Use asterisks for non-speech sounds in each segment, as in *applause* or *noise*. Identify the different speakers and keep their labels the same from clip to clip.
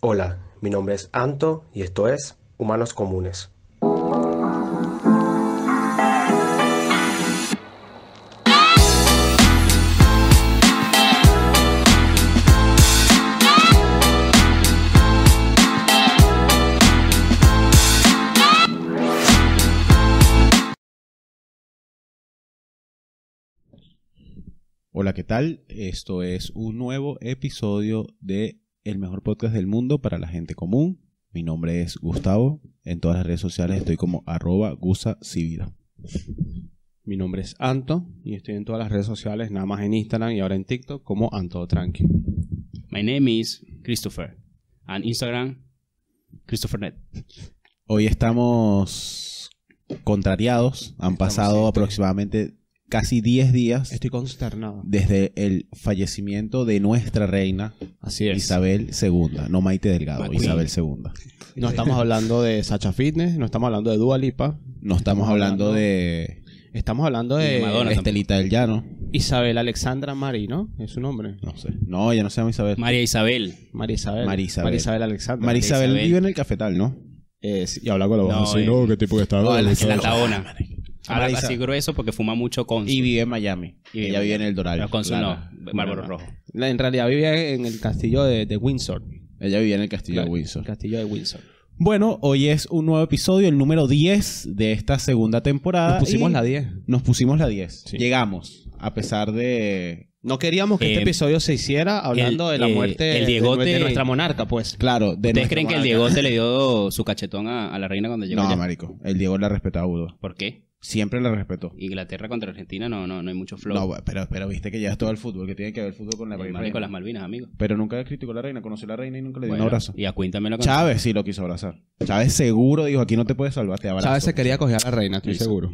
Speaker 1: Hola, mi nombre es Anto y esto es Humanos Comunes.
Speaker 2: Hola, ¿qué tal? Esto es un nuevo episodio de El mejor podcast del mundo para la gente común. Mi nombre es Gustavo. En todas las redes sociales estoy como arroba gusacivida.
Speaker 3: Mi nombre es Anto y estoy en todas las redes sociales, nada más en Instagram y ahora en TikTok como Anto Tranqui.
Speaker 4: My name is Christopher. And Instagram, Christopher Net.
Speaker 2: Hoy estamos contrariados. Han pasado
Speaker 4: sí, estoy-
Speaker 2: aproximadamente casi 10 días
Speaker 3: Estoy consternado.
Speaker 2: desde el fallecimiento de nuestra reina
Speaker 4: Así
Speaker 2: Isabel II. No Maite Delgado,
Speaker 4: McQueen.
Speaker 2: Isabel II.
Speaker 3: No estamos hablando de Sacha Fitness, no estamos hablando de Dua Lipa,
Speaker 2: No estamos hablando
Speaker 3: hablando-
Speaker 2: de
Speaker 3: estamos hablando
Speaker 4: Y de
Speaker 3: de
Speaker 4: Madonna. tampoco.
Speaker 2: Estelita del Llano.
Speaker 3: Isabel Alexandra Mari, ¿no? Es su nombre.
Speaker 2: No sé. No, ya no se llama Isabel.
Speaker 4: María Isabel.
Speaker 3: María Isabel.
Speaker 2: Mari Isabel.
Speaker 3: María Isabel Alexandra.
Speaker 2: María Isabel
Speaker 4: Isabel.
Speaker 2: vive en el cafetal, ¿no?
Speaker 3: Eh, sí, y habla con la voz
Speaker 4: No,
Speaker 3: así,
Speaker 4: eh.
Speaker 3: ¿no? ¿Qué tipo que está?
Speaker 2: No,
Speaker 3: ¿no?
Speaker 2: la-
Speaker 3: Mucho-
Speaker 4: La Taona. Habla
Speaker 2: María
Speaker 4: así
Speaker 2: Isabel.
Speaker 4: grueso porque fuma mucho con
Speaker 2: Y vive en Miami.
Speaker 4: vive
Speaker 2: Ella
Speaker 4: en
Speaker 2: vive en el Doral.
Speaker 4: Pero con su no,
Speaker 2: Claro.
Speaker 4: Bárbaro Rojo.
Speaker 3: La- En realidad vivía en el castillo de, de Windsor.
Speaker 2: Ella vivía en el castillo de Windsor.
Speaker 3: El castillo de Windsor.
Speaker 2: Bueno, hoy es un nuevo episodio, el número 10 de esta segunda temporada.
Speaker 3: Nos pusimos
Speaker 2: y
Speaker 3: la 10.
Speaker 2: Nos pusimos la 10.
Speaker 3: Sí.
Speaker 2: Llegamos, a pesar de...
Speaker 3: No queríamos que
Speaker 4: Eh,
Speaker 3: este episodio se hiciera hablando
Speaker 4: el-
Speaker 3: de
Speaker 4: eh,
Speaker 3: la muerte
Speaker 4: el
Speaker 3: de-
Speaker 4: Diegote-
Speaker 3: de nuestra monarca, pues.
Speaker 2: Claro, de
Speaker 4: ¿Ustedes
Speaker 2: nuestra
Speaker 4: creen que el
Speaker 2: monarca.
Speaker 4: Diego le dio su cachetón a, a la reina cuando llegó
Speaker 2: No,
Speaker 4: allá?
Speaker 2: marico. El Diego la respetó a Udo.
Speaker 4: ¿Por qué?
Speaker 2: Siempre la respetó.
Speaker 4: Inglaterra contra Argentina no, no, no hay mucho flow. Eh,
Speaker 2: No, pero, pero viste que ya es todo el fútbol, que tiene que ver el fútbol con la
Speaker 4: El
Speaker 2: reina.
Speaker 4: marico, las Malvinas, amigo.
Speaker 2: Pero nunca criticó a la reina, conoció a la reina y nunca le dio
Speaker 4: Bueno,
Speaker 2: un abrazo.
Speaker 4: Y a Queen también lo conocí.
Speaker 2: Chávez sí lo quiso abrazar. Chávez seguro dijo, aquí no te puedes salvar, te abrazo.
Speaker 3: Chávez se quería Oh, coger a la reina, estoy
Speaker 2: Sí, sí.
Speaker 3: seguro.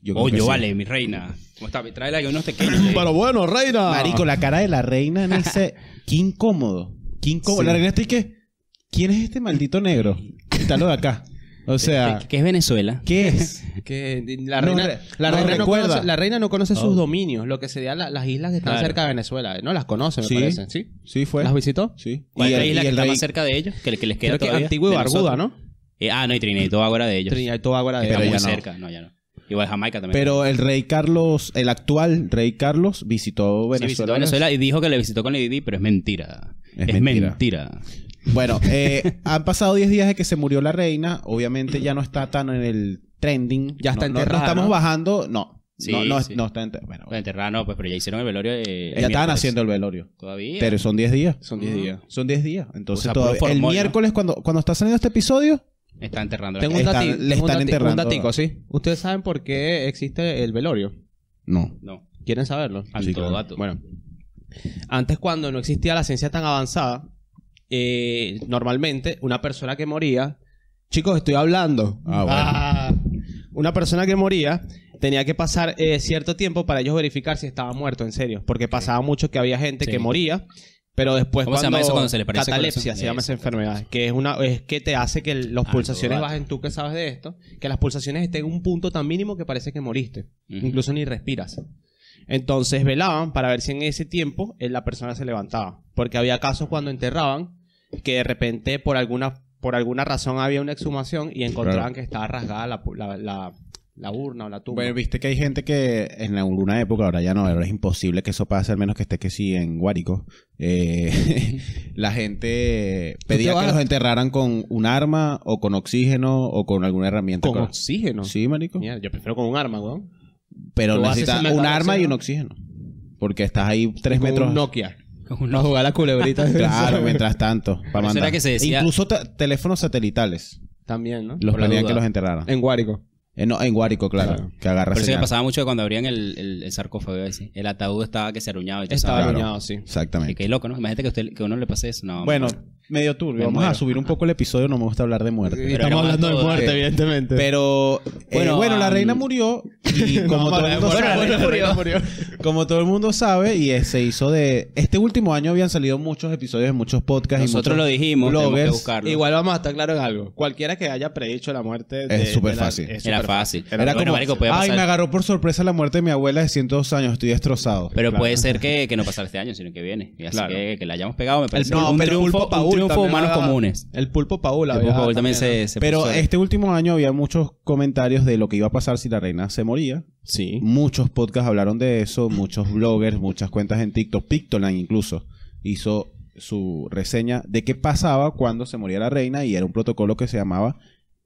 Speaker 2: Yo creo que
Speaker 4: Oye,
Speaker 2: sí.
Speaker 4: vale, mi reina. ¿Cómo está? Tráela
Speaker 2: *clears throat*
Speaker 4: que unos pequeños. eh.
Speaker 3: bueno, reina.
Speaker 2: Marico, la cara de la reina en ese... *laughs* Qué incómodo. Qué incómodo.
Speaker 3: Sí.
Speaker 2: La reina está y que... ¿Quién es este maldito negro? Quítalo de acá. O sea,
Speaker 4: ¿Qué- ¿Qué es Venezuela?
Speaker 2: ¿qué es?
Speaker 3: Que la
Speaker 2: No,
Speaker 3: reina,
Speaker 2: re-
Speaker 3: la,
Speaker 2: no
Speaker 3: reina no
Speaker 2: recuerda.
Speaker 3: conoce, la reina no conoce
Speaker 2: Oh.
Speaker 3: sus dominios, lo que serían la- las islas que están
Speaker 4: Claro.
Speaker 3: cerca de Venezuela. ¿eh? No las conoce, me
Speaker 2: Sí.
Speaker 3: parece. ¿Sí? Pues,
Speaker 2: Sí, fue.
Speaker 3: ¿Las visitó?
Speaker 2: Sí.
Speaker 4: ¿Cuál
Speaker 2: Y
Speaker 4: es la
Speaker 2: el-
Speaker 4: isla
Speaker 2: y
Speaker 4: que
Speaker 2: el
Speaker 4: está
Speaker 2: rey-
Speaker 4: más cerca de ellos? Que el que les queda
Speaker 3: Creo que
Speaker 4: todavía.
Speaker 3: Antigua y
Speaker 4: de
Speaker 3: Barbuda,
Speaker 4: nosotros.
Speaker 3: ¿no?
Speaker 4: Eh, ah, no, y Trinidad y Tobago era de ellos.
Speaker 3: Trinidad y Tobago era de
Speaker 4: Está
Speaker 2: Pero
Speaker 4: muy
Speaker 2: ya no.
Speaker 4: cerca. No, ya no. Igual Jamaica también.
Speaker 2: Pero el rey Carlos, el actual rey Carlos, visitó
Speaker 4: Sí,
Speaker 2: Venezuela.
Speaker 4: visitó Venezuela y dijo que le visitó con Lady Di, pero es mentira.
Speaker 2: Es
Speaker 4: Es,
Speaker 2: mentira.
Speaker 4: mentira.
Speaker 2: Bueno, eh, *laughs* han pasado 10 días de que se murió la reina. Obviamente ya no está tan en el trending.
Speaker 3: Ya está
Speaker 2: No- no-
Speaker 3: enterrada,
Speaker 2: No, estamos
Speaker 3: ¿no?
Speaker 2: bajando. No.
Speaker 4: Sí,
Speaker 2: no, no,
Speaker 4: sí.
Speaker 2: no está enterrada. Bueno,
Speaker 4: Bueno, enterrada no, pues, pero ya hicieron el velorio. eh, el
Speaker 2: ya estaban
Speaker 4: miércoles.
Speaker 2: haciendo el velorio.
Speaker 4: Todavía.
Speaker 2: Pero son 10 días.
Speaker 3: Son 10 días.
Speaker 2: Son 10 días. Entonces,
Speaker 4: O sea,
Speaker 2: todavía-
Speaker 4: puro
Speaker 2: el
Speaker 4: formal, ¿no?
Speaker 2: miércoles, cuando, cuando está saliendo este episodio,
Speaker 4: Está enterrando. la
Speaker 3: Tengo un
Speaker 4: gente.
Speaker 2: Están- le
Speaker 3: dati- tengo un
Speaker 2: están
Speaker 3: dati-
Speaker 2: enterrando.
Speaker 3: Un datico, sí. Ustedes saben por qué existe el velorio.
Speaker 2: no.
Speaker 4: No,
Speaker 3: ¿Quieren saberlo?
Speaker 4: al
Speaker 2: Sí,
Speaker 4: todo
Speaker 2: claro.
Speaker 4: dato.
Speaker 3: Bueno, antes cuando no existía la ciencia tan avanzada, eh, normalmente una persona que moría, chicos, estoy hablando.
Speaker 2: Ah, bueno.
Speaker 3: una persona que moría tenía que pasar eh, cierto tiempo para ellos verificar si estaba muerto, en serio, porque pasaba mucho que había gente
Speaker 4: Sí.
Speaker 3: que moría. Pero después
Speaker 4: ¿Cómo se
Speaker 3: cuando,
Speaker 4: llama eso cuando se le parece el
Speaker 3: catalepsia
Speaker 4: corazón?
Speaker 3: se llama esa
Speaker 4: Eso,
Speaker 3: enfermedad, que es una es que te hace que las
Speaker 4: Ah,
Speaker 3: pulsaciones
Speaker 4: todo dato.
Speaker 3: bajen, tú que sabes de esto, que las pulsaciones estén en un punto tan mínimo que parece que moriste,
Speaker 4: Ujú.
Speaker 3: incluso ni respiras. Entonces velaban para ver si en ese tiempo eh, la persona se levantaba. Porque había casos cuando enterraban que de repente por alguna, por alguna razón había una exhumación y encontraban que estaba rasgada la, pu- la, la- la urna o la tumba.
Speaker 2: Bueno, viste que hay gente que en alguna época, ahora ya no, ahora es imposible que eso pase, al menos que esté que sí en Guárico. Eh, *laughs* la gente pedía
Speaker 3: te vas
Speaker 2: que
Speaker 3: a-
Speaker 2: los enterraran con un arma o con oxígeno o con alguna herramienta.
Speaker 3: con
Speaker 2: Con-
Speaker 3: oxígeno.
Speaker 2: Sí, marico.
Speaker 3: Mierda, yo prefiero con un arma, weón.
Speaker 2: Pero
Speaker 3: Tú haces
Speaker 2: necesitas
Speaker 3: ese
Speaker 2: un
Speaker 3: mercado
Speaker 2: arma y
Speaker 3: oxígeno.
Speaker 2: un oxígeno. Porque estás ahí tres
Speaker 3: Con
Speaker 2: metros.
Speaker 3: un Nokia.
Speaker 4: Un
Speaker 3: No jugar la culebrita.
Speaker 2: *laughs* Claro, mientras tanto. para
Speaker 4: Por eso era
Speaker 2: mandar.
Speaker 4: que se decía-
Speaker 2: Incluso ta- teléfonos satelitales.
Speaker 3: También, ¿no?
Speaker 2: Los
Speaker 4: Por la
Speaker 2: planean
Speaker 4: duda.
Speaker 2: que los enterraran.
Speaker 3: En Guárico.
Speaker 2: Eh, no, en Guárico, claro.
Speaker 3: Claro.
Speaker 2: Que agarra
Speaker 4: Por eso me
Speaker 2: señal.
Speaker 4: pasaba mucho que cuando abrían el, el, el sarcófago, iba a decir, el ataúd estaba que se aruñaba. y todo
Speaker 3: Estaba
Speaker 4: esa vaina.
Speaker 2: Claro.
Speaker 3: aruñado, sí.
Speaker 4: Que,
Speaker 2: Exactamente.
Speaker 4: que loco, ¿no? Imagínate que, usted, que a uno le pase eso. No,
Speaker 2: Bueno,
Speaker 4: mejor.
Speaker 2: medio turbio.
Speaker 4: Me
Speaker 2: Vamos a
Speaker 4: muero.
Speaker 2: subir un poco el episodio, no me gusta hablar de muerte.
Speaker 4: Pero
Speaker 3: Estamos
Speaker 4: era
Speaker 3: hablando de
Speaker 4: todo,
Speaker 3: muerte,
Speaker 2: eh.
Speaker 3: evidentemente.
Speaker 2: Pero bueno,
Speaker 4: Bueno,
Speaker 2: bueno la
Speaker 4: um,
Speaker 2: reina murió y
Speaker 4: *laughs*
Speaker 2: como, todo el mundo sabe, *laughs* como todo el mundo sabe y eh, se hizo de este último año habían salido muchos episodios de muchos podcasts
Speaker 4: nosotros
Speaker 2: y
Speaker 4: lo
Speaker 2: muchos
Speaker 4: dijimos, tenemos que
Speaker 2: bloggers,
Speaker 4: buscarlo.
Speaker 3: Igual vamos a estar claros en algo. Cualquiera que haya predicho la muerte de-
Speaker 2: Es súper
Speaker 3: de la-
Speaker 2: fácil.
Speaker 3: es
Speaker 4: era
Speaker 3: súper
Speaker 4: fácil.
Speaker 2: era
Speaker 4: bueno,
Speaker 2: como
Speaker 4: marico, podía
Speaker 2: ay
Speaker 4: pasar-
Speaker 2: me agarró por sorpresa la muerte de mi abuela de 102 años estoy destrozado *laughs*
Speaker 4: Pero puede ser que, que no pasara este año, sino que viene. Y Así
Speaker 3: Claro.
Speaker 4: que, que la hayamos pegado me parece
Speaker 2: no,
Speaker 4: un
Speaker 2: pero
Speaker 4: triunfo,
Speaker 2: culpa pa'
Speaker 4: un triunfo
Speaker 3: también
Speaker 4: humanos
Speaker 3: había-
Speaker 4: comunes.
Speaker 3: El pulpo Paul
Speaker 4: El
Speaker 3: había
Speaker 4: Pulpo Paul también
Speaker 3: ¿no?
Speaker 4: se, se
Speaker 2: Pero
Speaker 4: puso-
Speaker 2: este último año había muchos comentarios de lo que iba a pasar si la reina se moría.
Speaker 3: Sí.
Speaker 2: Muchos podcasts hablaron de eso, muchos bloggers, muchas cuentas en TikTok, Pictoline incluso hizo su reseña de qué pasaba cuando se moría la reina y era un protocolo que se llamaba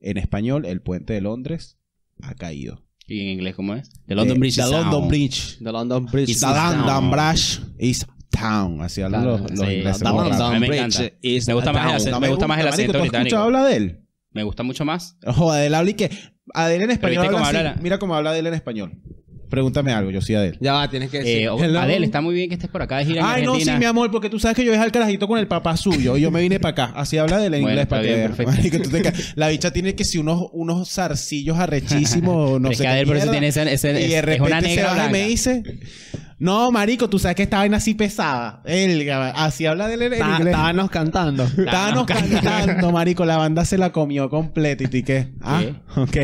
Speaker 2: en español el puente de Londres ha caído.
Speaker 4: ¿Y en inglés cómo es? The London
Speaker 2: Eh,
Speaker 4: Bridge.
Speaker 2: The
Speaker 4: is
Speaker 2: London
Speaker 4: down.
Speaker 2: Bridge.
Speaker 3: The London Bridge.
Speaker 4: Is
Speaker 2: The London
Speaker 4: down.
Speaker 2: Bridge is down. Así hablan
Speaker 3: Claro,
Speaker 2: los,
Speaker 4: sí,
Speaker 2: los ingleses.
Speaker 4: London
Speaker 2: como tal.
Speaker 4: A mí me encanta. Me gusta más
Speaker 2: No,
Speaker 4: el acento-
Speaker 2: no
Speaker 4: me gusta más el
Speaker 2: marico,
Speaker 4: acento
Speaker 2: ¿tú has escuchado
Speaker 4: británico.
Speaker 2: hablar de él?
Speaker 4: Me gusta mucho más.
Speaker 2: Joder, él habla y que. Adel en
Speaker 4: Pero
Speaker 2: español.
Speaker 4: ¿viste
Speaker 2: habla
Speaker 4: cómo
Speaker 2: así.
Speaker 4: habla la-
Speaker 2: Mira cómo habla Adel en español. Pregúntame algo, yo soy Adel.
Speaker 3: Ya va, tienes que decir.
Speaker 4: Eh, o-
Speaker 2: Hello.
Speaker 4: Adel, está muy bien que estés por acá de gira en
Speaker 2: Ay, no, sí,
Speaker 4: Argentina.
Speaker 2: mi amor, porque tú sabes que yo dejé al carajito con el papá suyo y yo me vine para acá. Así habla Adel en
Speaker 4: Bueno,
Speaker 2: inglés
Speaker 4: está
Speaker 2: para que
Speaker 4: bien,
Speaker 2: veas.
Speaker 4: perfecto.
Speaker 2: Marico, tú te ca- La bicha tiene que si unos, unos zarcillos
Speaker 4: *laughs*
Speaker 2: arrechísimos, no
Speaker 4: Pero es
Speaker 2: sé
Speaker 4: que
Speaker 2: qué
Speaker 4: Adel por eso
Speaker 2: mierda.
Speaker 4: tiene ese- ese-
Speaker 2: y
Speaker 4: es-
Speaker 2: de
Speaker 4: es
Speaker 2: repente
Speaker 4: una
Speaker 2: se
Speaker 4: negra
Speaker 2: baja y me
Speaker 4: blanca.
Speaker 2: dice... No, marico, tú sabes que esta vaina así pesada. Él, así habla Adel en en
Speaker 3: Ta-
Speaker 2: inglés.
Speaker 3: Estábamos cantando.
Speaker 2: Estábamos cantando, marico. La banda se la comió completa y tiqué. Ah, ok.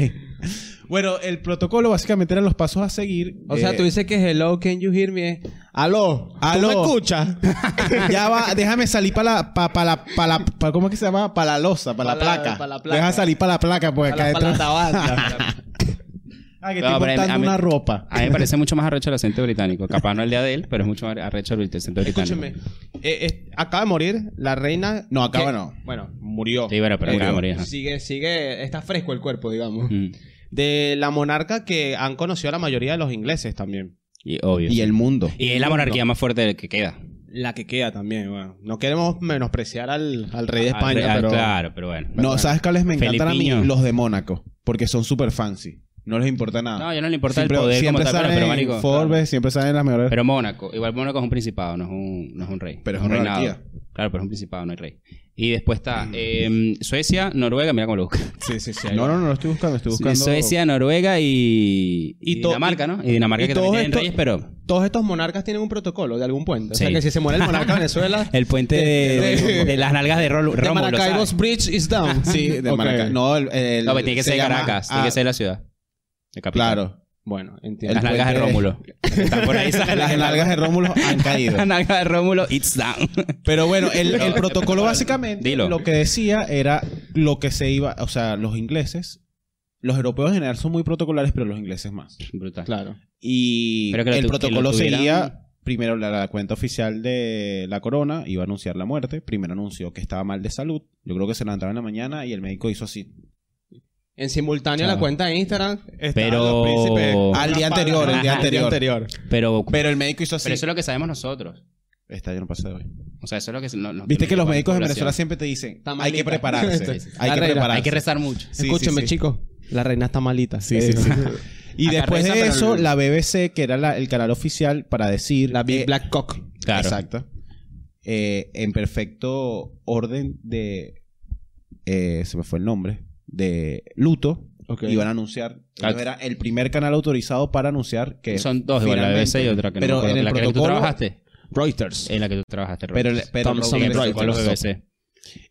Speaker 2: Bueno, el protocolo básicamente eran los pasos a seguir.
Speaker 3: O sea,
Speaker 2: Eh,
Speaker 3: tú dices que hello, can you hear me?
Speaker 2: Aló, aló. ¿Tú me escuchas? *laughs* ya va, déjame salir para la, pa, pa la, pa la pa- ¿cómo es que se llama? Para la losa, para la,
Speaker 3: Pa la-
Speaker 2: placa.
Speaker 3: pa la placa.
Speaker 2: Deja salir para la placa, pues acá
Speaker 3: Para la
Speaker 2: dentro.
Speaker 4: *laughs*
Speaker 3: tabaca.
Speaker 2: Ah, que
Speaker 4: No,
Speaker 2: estoy
Speaker 4: pero a mí-
Speaker 2: cortando
Speaker 4: a mí-
Speaker 2: una ropa.
Speaker 4: A mí me parece mucho más arrecho el acento británico. Capaz no el de Adel, pero es mucho más arrecho el acento británico.
Speaker 3: Escúchame. eh, eh, acaba de morir la reina.
Speaker 2: No, acaba
Speaker 3: que-
Speaker 2: no.
Speaker 3: Bueno, murió.
Speaker 4: Sí, bueno, pero
Speaker 3: Eh,
Speaker 4: acaba de morir, ajá.
Speaker 3: Sigue, sigue. Está fresco el cuerpo, digamos.
Speaker 4: Mm.
Speaker 3: De la monarca que han conocido la mayoría de los ingleses también.
Speaker 4: Y obvio.
Speaker 2: Y el mundo.
Speaker 4: Y es la monarquía más fuerte que queda.
Speaker 3: La que queda también, bueno. No queremos menospreciar al, al rey de
Speaker 4: Al Ah, re-
Speaker 3: España,
Speaker 4: al-
Speaker 3: pero...
Speaker 4: Claro, pero bueno.
Speaker 2: No, ¿sabes cuáles me encantan a
Speaker 4: Felipiño.
Speaker 2: mí? Los de Mónaco, porque son super fancy. No les importa nada.
Speaker 4: No, yo no le importa
Speaker 2: siempre,
Speaker 4: el poder
Speaker 2: siempre
Speaker 4: como tal,
Speaker 2: salen
Speaker 4: pero, pero marico.
Speaker 2: Forbes, siempre salen las mejores.
Speaker 4: Pero Mónaco, igual Mónaco es un principado, no es un, no es un rey.
Speaker 2: Pero es
Speaker 4: un
Speaker 2: una Mm.
Speaker 4: reinado.
Speaker 2: monarquía.
Speaker 4: Claro, pero es un principado, no es rey. Y después está eh, Suecia, Noruega, mira cómo *laughs* lo busca.
Speaker 3: Sí, sí, sí. ahí
Speaker 2: no,
Speaker 3: va.
Speaker 2: no, no lo estoy buscando, estoy buscando.
Speaker 4: Suecia, Noruega y,
Speaker 3: Y
Speaker 4: y
Speaker 3: to-
Speaker 4: Dinamarca, ¿no? Y Dinamarca
Speaker 3: y
Speaker 4: que también
Speaker 3: todos
Speaker 4: tienen
Speaker 3: estos-
Speaker 4: reyes, pero
Speaker 3: Todos estos monarcas tienen un protocolo de algún puente. O sea,
Speaker 4: Sí.
Speaker 3: que si se muere el *laughs* monarca de Venezuela...
Speaker 4: el puente de,
Speaker 3: de-
Speaker 4: de las nalgas de Rol-
Speaker 3: The
Speaker 4: Rómulo. ¿sabes?
Speaker 3: Maracaibo's Bridge
Speaker 4: *laughs*
Speaker 3: is down.
Speaker 2: Sí, de
Speaker 3: Ok.
Speaker 2: Maracay. No, el, el-
Speaker 4: No, pero tiene que
Speaker 2: se
Speaker 4: ser
Speaker 2: llama-
Speaker 4: Caracas,
Speaker 2: ah,
Speaker 4: tiene que ser la ciudad. La capital. *laughs*
Speaker 2: Claro.
Speaker 3: Bueno, entiendo.
Speaker 4: Las
Speaker 2: el
Speaker 4: nalgas de
Speaker 2: puente-
Speaker 4: Rómulo. Están por
Speaker 2: *laughs*
Speaker 4: ahí, ¿sabes?
Speaker 2: Las nalgas de Rómulo han caído.
Speaker 4: *laughs* Las nalgas de Rómulo, it's down.
Speaker 2: Pero bueno, el, el protocolo básicamente *laughs*
Speaker 4: Dilo.
Speaker 2: lo que decía era lo que se iba, o sea, los ingleses, los europeos en general son muy protocolares, pero los ingleses más.
Speaker 4: Brutal.
Speaker 3: Claro.
Speaker 2: Y
Speaker 4: Pero que lo
Speaker 2: el
Speaker 4: tu- que
Speaker 2: protocolo
Speaker 4: lo tuvieran-
Speaker 2: sería, primero la, la cuenta oficial de la corona iba a anunciar la muerte, primero anunció que estaba mal de salud, yo creo que se levantaba en la mañana y el médico hizo así.
Speaker 3: En simultáneo
Speaker 4: Chao.
Speaker 3: la cuenta de Instagram está
Speaker 4: Pero-
Speaker 3: los príncipes.
Speaker 2: Al día anterior, el día
Speaker 4: Ajá,
Speaker 2: anterior.
Speaker 4: Pero, pero
Speaker 2: Pero el médico hizo así.
Speaker 4: eso es lo que sabemos nosotros.
Speaker 2: Esta yo no pasé de hoy.
Speaker 4: O sea, eso es lo que... no- no-
Speaker 2: Viste que los
Speaker 4: la
Speaker 2: médicos en
Speaker 4: población.
Speaker 2: Venezuela siempre te dicen,
Speaker 3: Está
Speaker 2: hay que *laughs*
Speaker 3: malita".
Speaker 2: prepararse,
Speaker 4: Sí, sí.
Speaker 2: hay
Speaker 3: La
Speaker 2: que
Speaker 3: regla,
Speaker 2: prepararse.
Speaker 4: Hay que rezar mucho.
Speaker 2: Sí,
Speaker 3: Escúcheme,
Speaker 2: sí, sí.
Speaker 3: chicos. La reina está malita. Eh,
Speaker 2: Sí, sí,
Speaker 3: *laughs*
Speaker 2: sí. Y
Speaker 4: Acá
Speaker 2: después
Speaker 4: rezan,
Speaker 2: de
Speaker 4: pero
Speaker 2: eso,
Speaker 4: el-
Speaker 2: la BBC, que era la- el canal oficial para decir...
Speaker 3: La Big
Speaker 2: eh,
Speaker 3: Black Cock.
Speaker 4: Claro.
Speaker 2: Exacto. Eh, en perfecto orden de... eh, se me fue el nombre. De luto.
Speaker 3: Ok.
Speaker 2: Iban a anunciar...
Speaker 4: Ah.
Speaker 2: ellos era el primer canal autorizado para anunciar que...
Speaker 4: Son dos, igual, la
Speaker 2: finalmente-
Speaker 4: BBC y otra Eh, que no
Speaker 2: pero
Speaker 4: me acuerdo,
Speaker 2: en el
Speaker 4: la que- la que tú
Speaker 2: protocolo-
Speaker 4: trabajaste.
Speaker 3: Reuters.
Speaker 4: En la que tú trabajaste, Rob.
Speaker 2: Pero, pero
Speaker 3: Thomson
Speaker 2: en el
Speaker 4: en
Speaker 3: Reuters.
Speaker 2: protocolo
Speaker 4: protocolos
Speaker 2: stop.
Speaker 4: BBC.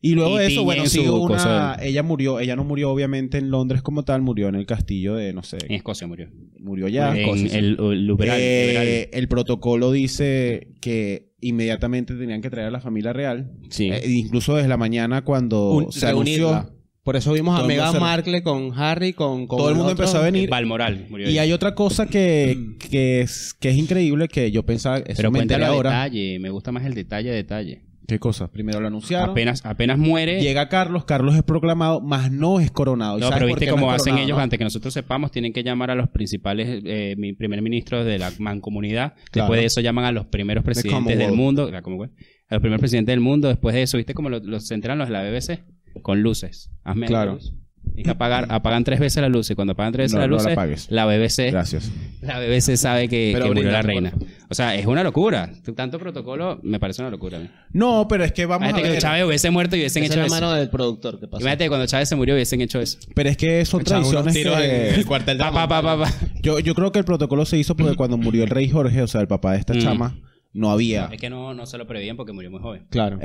Speaker 2: Y luego
Speaker 4: Y
Speaker 2: de eso,
Speaker 4: tiñe
Speaker 2: bueno,
Speaker 4: en
Speaker 2: sí
Speaker 4: su
Speaker 2: hubo una...
Speaker 4: cosa.
Speaker 2: Ella murió, ella no murió obviamente en Londres como tal, murió en el castillo de, no sé,
Speaker 4: En Escocia murió.
Speaker 2: murió ya.
Speaker 4: Eh. en
Speaker 2: cosas así.
Speaker 4: el, el Luberal.
Speaker 2: Eh,
Speaker 4: Luberal.
Speaker 2: el protocolo dice que inmediatamente tenían que traer a la familia real.
Speaker 4: Sí.
Speaker 2: Eh, incluso desde la mañana cuando
Speaker 3: Un-
Speaker 2: se
Speaker 3: reunirla.
Speaker 2: anunció,
Speaker 3: Por eso vimos
Speaker 2: Todo
Speaker 3: a
Speaker 2: el mundo
Speaker 3: Meghan
Speaker 2: se-
Speaker 3: Markle con Harry, con, con
Speaker 2: todo el mundo
Speaker 3: otro.
Speaker 2: empezó a venir.
Speaker 4: Balmoral murió.
Speaker 2: Y
Speaker 4: ahí.
Speaker 2: hay otra cosa
Speaker 3: *clears throat*
Speaker 2: que, que, es, que es increíble que yo pensaba, eso
Speaker 4: pero
Speaker 2: me enteré
Speaker 4: cuéntalo ahora.
Speaker 2: ahora.
Speaker 4: detalle. Me gusta más el detalle, detalle.
Speaker 2: ¿Qué cosa? Primero lo anunciaron.
Speaker 4: Apenas, apenas muere.
Speaker 2: Llega Carlos, Carlos es proclamado, más no es coronado. ¿Y
Speaker 4: No,
Speaker 2: sabes
Speaker 4: pero
Speaker 2: por
Speaker 4: viste
Speaker 2: qué no
Speaker 4: cómo
Speaker 2: es
Speaker 4: hacen
Speaker 2: coronado,
Speaker 4: ellos
Speaker 2: no?
Speaker 4: antes que nosotros sepamos, tienen que llamar a los principales eh, mi- primer ministros de la mancomunidad.
Speaker 2: Claro.
Speaker 4: Después de eso llaman a los primeros presidentes del
Speaker 2: Commonwealth.
Speaker 4: mundo. la Commonwealth. a los primeros presidentes del mundo. Después de eso, viste cómo los se enteran los de la BBC con luces. Hazme
Speaker 2: Claro.
Speaker 4: luz. Tienes que apagar, apagan tres veces la luz y cuando apagan tres veces
Speaker 2: No,
Speaker 4: la
Speaker 2: no la
Speaker 4: luz,
Speaker 2: apagues.
Speaker 4: la BBC
Speaker 2: Gracias.
Speaker 4: La BBC sabe que,
Speaker 2: Pero
Speaker 4: que murió
Speaker 2: brinda,
Speaker 4: la
Speaker 2: por
Speaker 4: reina. O sea, es una locura. T- Tanto protocolo me parece una locura. a mí.
Speaker 2: No, pero es que vamos a
Speaker 4: Imagínate que
Speaker 2: ver.
Speaker 4: Chávez hubiese muerto y hubiesen
Speaker 3: Esa es
Speaker 4: hecho
Speaker 3: la
Speaker 4: eso.
Speaker 3: mano del productor. ¿Qué pasa?
Speaker 4: Imagínate que cuando Chávez se murió hubiesen hecho eso.
Speaker 2: Pero es que son
Speaker 3: Echaban unos
Speaker 2: tradiciones
Speaker 3: tiros
Speaker 2: que-
Speaker 3: en el cuartel *laughs* de la
Speaker 4: Pa, pa, pa, pa, pa.
Speaker 2: Yo, yo creo que el protocolo se hizo porque cuando murió el rey Jorge, o sea, el papá de esta
Speaker 4: Mm.
Speaker 2: chama, no había.
Speaker 4: Es que no, no se lo prevían porque murió muy joven.
Speaker 3: Claro.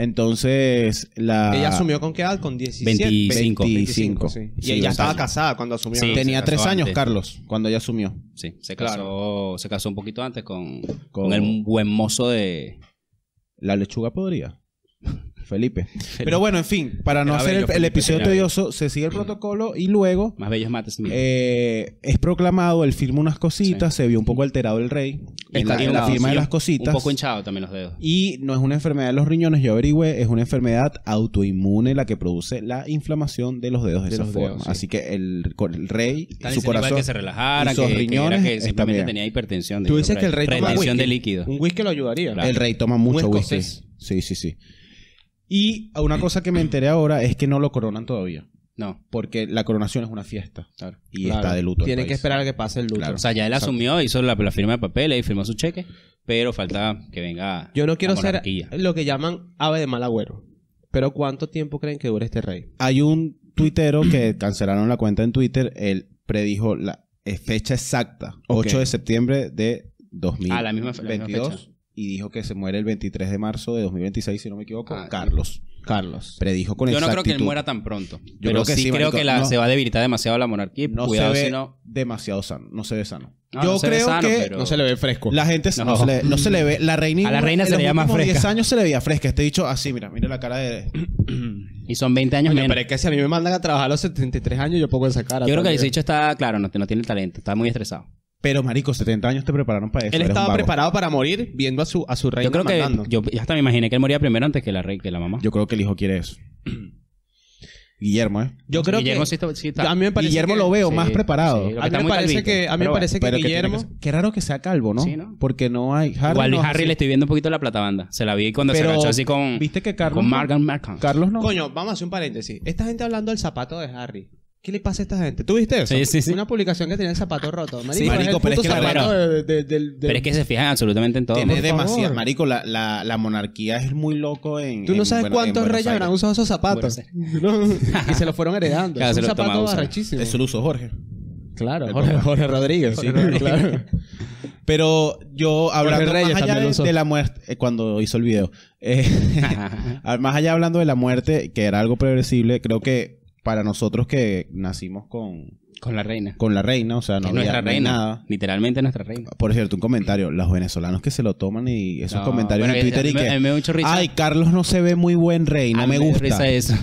Speaker 2: Entonces, la...
Speaker 3: Ella asumió con qué edad? Con 17.
Speaker 4: 25.
Speaker 2: 25.
Speaker 3: sí. Y
Speaker 2: Sí,
Speaker 3: ella
Speaker 2: o sea,
Speaker 3: estaba casada cuando asumió.
Speaker 4: Sí.
Speaker 3: ¿no?
Speaker 2: Tenía
Speaker 4: se
Speaker 2: tres
Speaker 4: casó
Speaker 2: años,
Speaker 4: antes.
Speaker 2: Carlos, cuando ella asumió.
Speaker 4: Sí, se casó,
Speaker 3: Claro.
Speaker 4: se casó un poquito antes con,
Speaker 2: Con-
Speaker 4: con el buen mozo de...
Speaker 2: La lechuga podría. Felipe. Pero bueno, en fin, para no
Speaker 4: Era
Speaker 2: hacer el-
Speaker 4: bello,
Speaker 2: el,
Speaker 4: Felipe,
Speaker 2: episodio
Speaker 4: era bello.
Speaker 2: tedioso, se sigue el protocolo y luego
Speaker 4: Más bellos mates míos.
Speaker 2: eh, es proclamado, él firma unas cositas, se vio un poco alterado el rey en la, en la firma de las cositas.
Speaker 4: Un poco hinchado también los dedos.
Speaker 2: Y no es una enfermedad de los riñones, yo averigüé, es una enfermedad autoinmune la que produce la inflamación de los dedos de,
Speaker 3: De
Speaker 2: esa
Speaker 3: los
Speaker 2: forma.
Speaker 3: dedos, sí.
Speaker 2: Así que el, con el rey,
Speaker 4: Están
Speaker 2: su
Speaker 4: diciendo igual
Speaker 2: corazón.
Speaker 4: que se relajara,
Speaker 2: y
Speaker 4: que,
Speaker 2: sus
Speaker 4: que era
Speaker 2: riñones
Speaker 4: que simplemente
Speaker 2: están bien.
Speaker 4: tenía hipertensión.
Speaker 3: Tú dices
Speaker 4: por
Speaker 3: que el
Speaker 4: ahí.
Speaker 3: rey toma
Speaker 4: Retención
Speaker 3: whisky.
Speaker 4: de líquido.
Speaker 3: Un whisky lo ayudaría.
Speaker 4: Claro.
Speaker 2: El rey toma
Speaker 3: Un
Speaker 2: mucho whisky.
Speaker 3: escocés.
Speaker 2: Sí, sí, sí. Y una cosa que me enteré ahora es que no lo coronan todavía.
Speaker 4: No.
Speaker 2: Porque la coronación es una fiesta. Y
Speaker 3: Claro.
Speaker 2: está de luto. el
Speaker 3: Tienen que
Speaker 2: país.
Speaker 3: esperar a que pase el luto.
Speaker 2: Claro.
Speaker 4: O sea, ya él
Speaker 2: Exacto.
Speaker 4: asumió, hizo la, la firma de papeles y firmó su cheque, pero falta que venga.
Speaker 3: Yo no
Speaker 4: la
Speaker 3: quiero ser
Speaker 4: monarquía.
Speaker 3: lo que llaman ave de mal agüero. Pero ¿cuánto tiempo creen que dure este rey?
Speaker 2: Hay un tuitero que cancelaron la cuenta en Twitter. Él predijo la eh, fecha exacta:
Speaker 3: Ok.
Speaker 2: 8 de septiembre de 2022.
Speaker 4: Ah, la misma- la misma fecha.
Speaker 2: Y dijo que se muere el 23 de marzo de 2026, si no me equivoco.
Speaker 4: Ah,
Speaker 2: Carlos.
Speaker 3: Carlos.
Speaker 2: Predijo con
Speaker 4: Yo no
Speaker 2: exactitud.
Speaker 4: creo que él muera tan pronto. pero
Speaker 2: creo que
Speaker 4: sí,
Speaker 2: sí,
Speaker 4: creo
Speaker 2: marico,
Speaker 4: que la-
Speaker 2: no.
Speaker 4: se va a debilitar demasiado la monarquía.
Speaker 2: No
Speaker 4: Cuidado
Speaker 2: se ve
Speaker 4: si no.
Speaker 2: demasiado sano. No se ve sano.
Speaker 4: No,
Speaker 2: Yo
Speaker 4: no se ve
Speaker 2: creo
Speaker 4: sano,
Speaker 2: que
Speaker 4: pero-
Speaker 3: No se le ve fresco.
Speaker 2: La gente no.
Speaker 4: No.
Speaker 2: se le, no se le ve. La reina.
Speaker 4: A la reina
Speaker 2: en
Speaker 4: se
Speaker 2: los
Speaker 4: le veía más
Speaker 2: últimos
Speaker 4: fresca.
Speaker 2: 10 años se le veía fresca. Este dicho así, mira, mira la cara de.
Speaker 4: Y son 20
Speaker 2: *clears throat*
Speaker 4: años
Speaker 3: Coño,
Speaker 4: menos.
Speaker 3: pero es que si a mí me mandan a trabajar a los 73 años, yo pongo esa cara.
Speaker 4: Yo creo que el
Speaker 3: también.
Speaker 4: dicho está, claro, no, no tiene el talento, está muy estresado.
Speaker 2: Pero, marico, 70 años te prepararon para eso.
Speaker 3: Él
Speaker 2: eres un
Speaker 3: estaba
Speaker 2: vago.
Speaker 3: preparado para morir viendo a su, a su reina
Speaker 4: Yo creo que
Speaker 3: mandando.
Speaker 4: yo yo hasta me imaginé que él moría primero antes que la rey, que la mamá.
Speaker 2: Yo creo que el hijo quiere *clears throat* eso. Guillermo, ¿eh?
Speaker 3: Yo creo
Speaker 4: Guillermo
Speaker 3: que...
Speaker 4: sí está- sí está-
Speaker 3: A mí me parece
Speaker 2: Guillermo
Speaker 3: que-
Speaker 2: lo veo
Speaker 4: sí,
Speaker 2: más preparado.
Speaker 4: sí, lo
Speaker 3: A
Speaker 4: que
Speaker 3: mí
Speaker 4: está
Speaker 3: me
Speaker 4: muy
Speaker 3: parece
Speaker 4: calvito,
Speaker 3: que, a mí me
Speaker 4: pero
Speaker 3: parece que
Speaker 2: Pero que
Speaker 3: Guillermo...
Speaker 2: tiene que ser- Qué raro que sea calvo, ¿no?
Speaker 4: Sí, ¿no?
Speaker 2: Porque no hay. Harry
Speaker 4: Igual
Speaker 2: no es
Speaker 4: Harry
Speaker 2: así.
Speaker 4: le estoy viendo un poquito la platabanda. Se la vi cuando se
Speaker 2: Pero,
Speaker 4: agachó así con,
Speaker 2: ¿Viste que Carlos?
Speaker 4: con
Speaker 2: no?
Speaker 4: Margan Markham.
Speaker 2: Carlos no.
Speaker 3: Coño, vamos a hacer un paréntesis. Esta gente hablando del zapato de Harry. ¿Qué le pasa a esta gente? ¿Tú viste eso?
Speaker 4: Sí, sí, sí.
Speaker 3: Una publicación que tenía el zapato roto. Marico,
Speaker 4: Sí,
Speaker 2: marico,
Speaker 3: el
Speaker 2: pero es
Speaker 3: puto
Speaker 2: que la
Speaker 3: zapato de- de- del- del-
Speaker 4: Pero es que se fijan absolutamente en todo.
Speaker 2: Tiene
Speaker 4: *laughs*
Speaker 3: por favor.
Speaker 2: demasiado. Marico, la, la, la monarquía es muy loco en.
Speaker 3: Tú no
Speaker 2: en
Speaker 3: sabes
Speaker 2: Buena- en
Speaker 3: cuántos
Speaker 2: Buenos
Speaker 3: reyes habrán
Speaker 2: Aires.
Speaker 3: usado esos zapatos. *laughs*
Speaker 4: *laughs*
Speaker 3: y se los fueron heredando.
Speaker 4: Claro,
Speaker 3: es
Speaker 4: se
Speaker 3: un
Speaker 4: los
Speaker 3: zapato
Speaker 4: tomaba a usar.
Speaker 3: arrechísimo.
Speaker 2: Eso lo usó Jorge.
Speaker 3: Claro,
Speaker 2: El
Speaker 3: Jorge,
Speaker 2: papá.
Speaker 3: Jorge Rodríguez.
Speaker 2: Sí,
Speaker 3: Jorge Rodríguez.
Speaker 2: claro.
Speaker 4: *laughs*
Speaker 2: Pero yo hablando
Speaker 3: Reyes
Speaker 2: más allá
Speaker 3: también lo
Speaker 2: de,
Speaker 3: usó.
Speaker 2: de la muerte, eh, cuando hizo el video, eh, *laughs* al- más allá hablando de la muerte, que era algo predecible, creo que para nosotros que nacimos con,
Speaker 4: con la reina.
Speaker 2: con la reina, o sea, no
Speaker 4: es
Speaker 2: había
Speaker 4: nuestra
Speaker 2: no hay
Speaker 4: reina.
Speaker 2: nada.
Speaker 4: Literalmente nuestra reina.
Speaker 2: Por cierto, un comentario, los venezolanos que se lo toman y esos
Speaker 4: No,
Speaker 2: comentarios
Speaker 4: bueno,
Speaker 2: en Twitter
Speaker 4: a
Speaker 2: y
Speaker 4: mí me-
Speaker 2: que,
Speaker 4: a mí me da mucho risa.
Speaker 2: ay, Carlos no se ve muy buen rey, no
Speaker 4: A
Speaker 2: me
Speaker 4: mí da
Speaker 2: gusta.
Speaker 4: risa eso.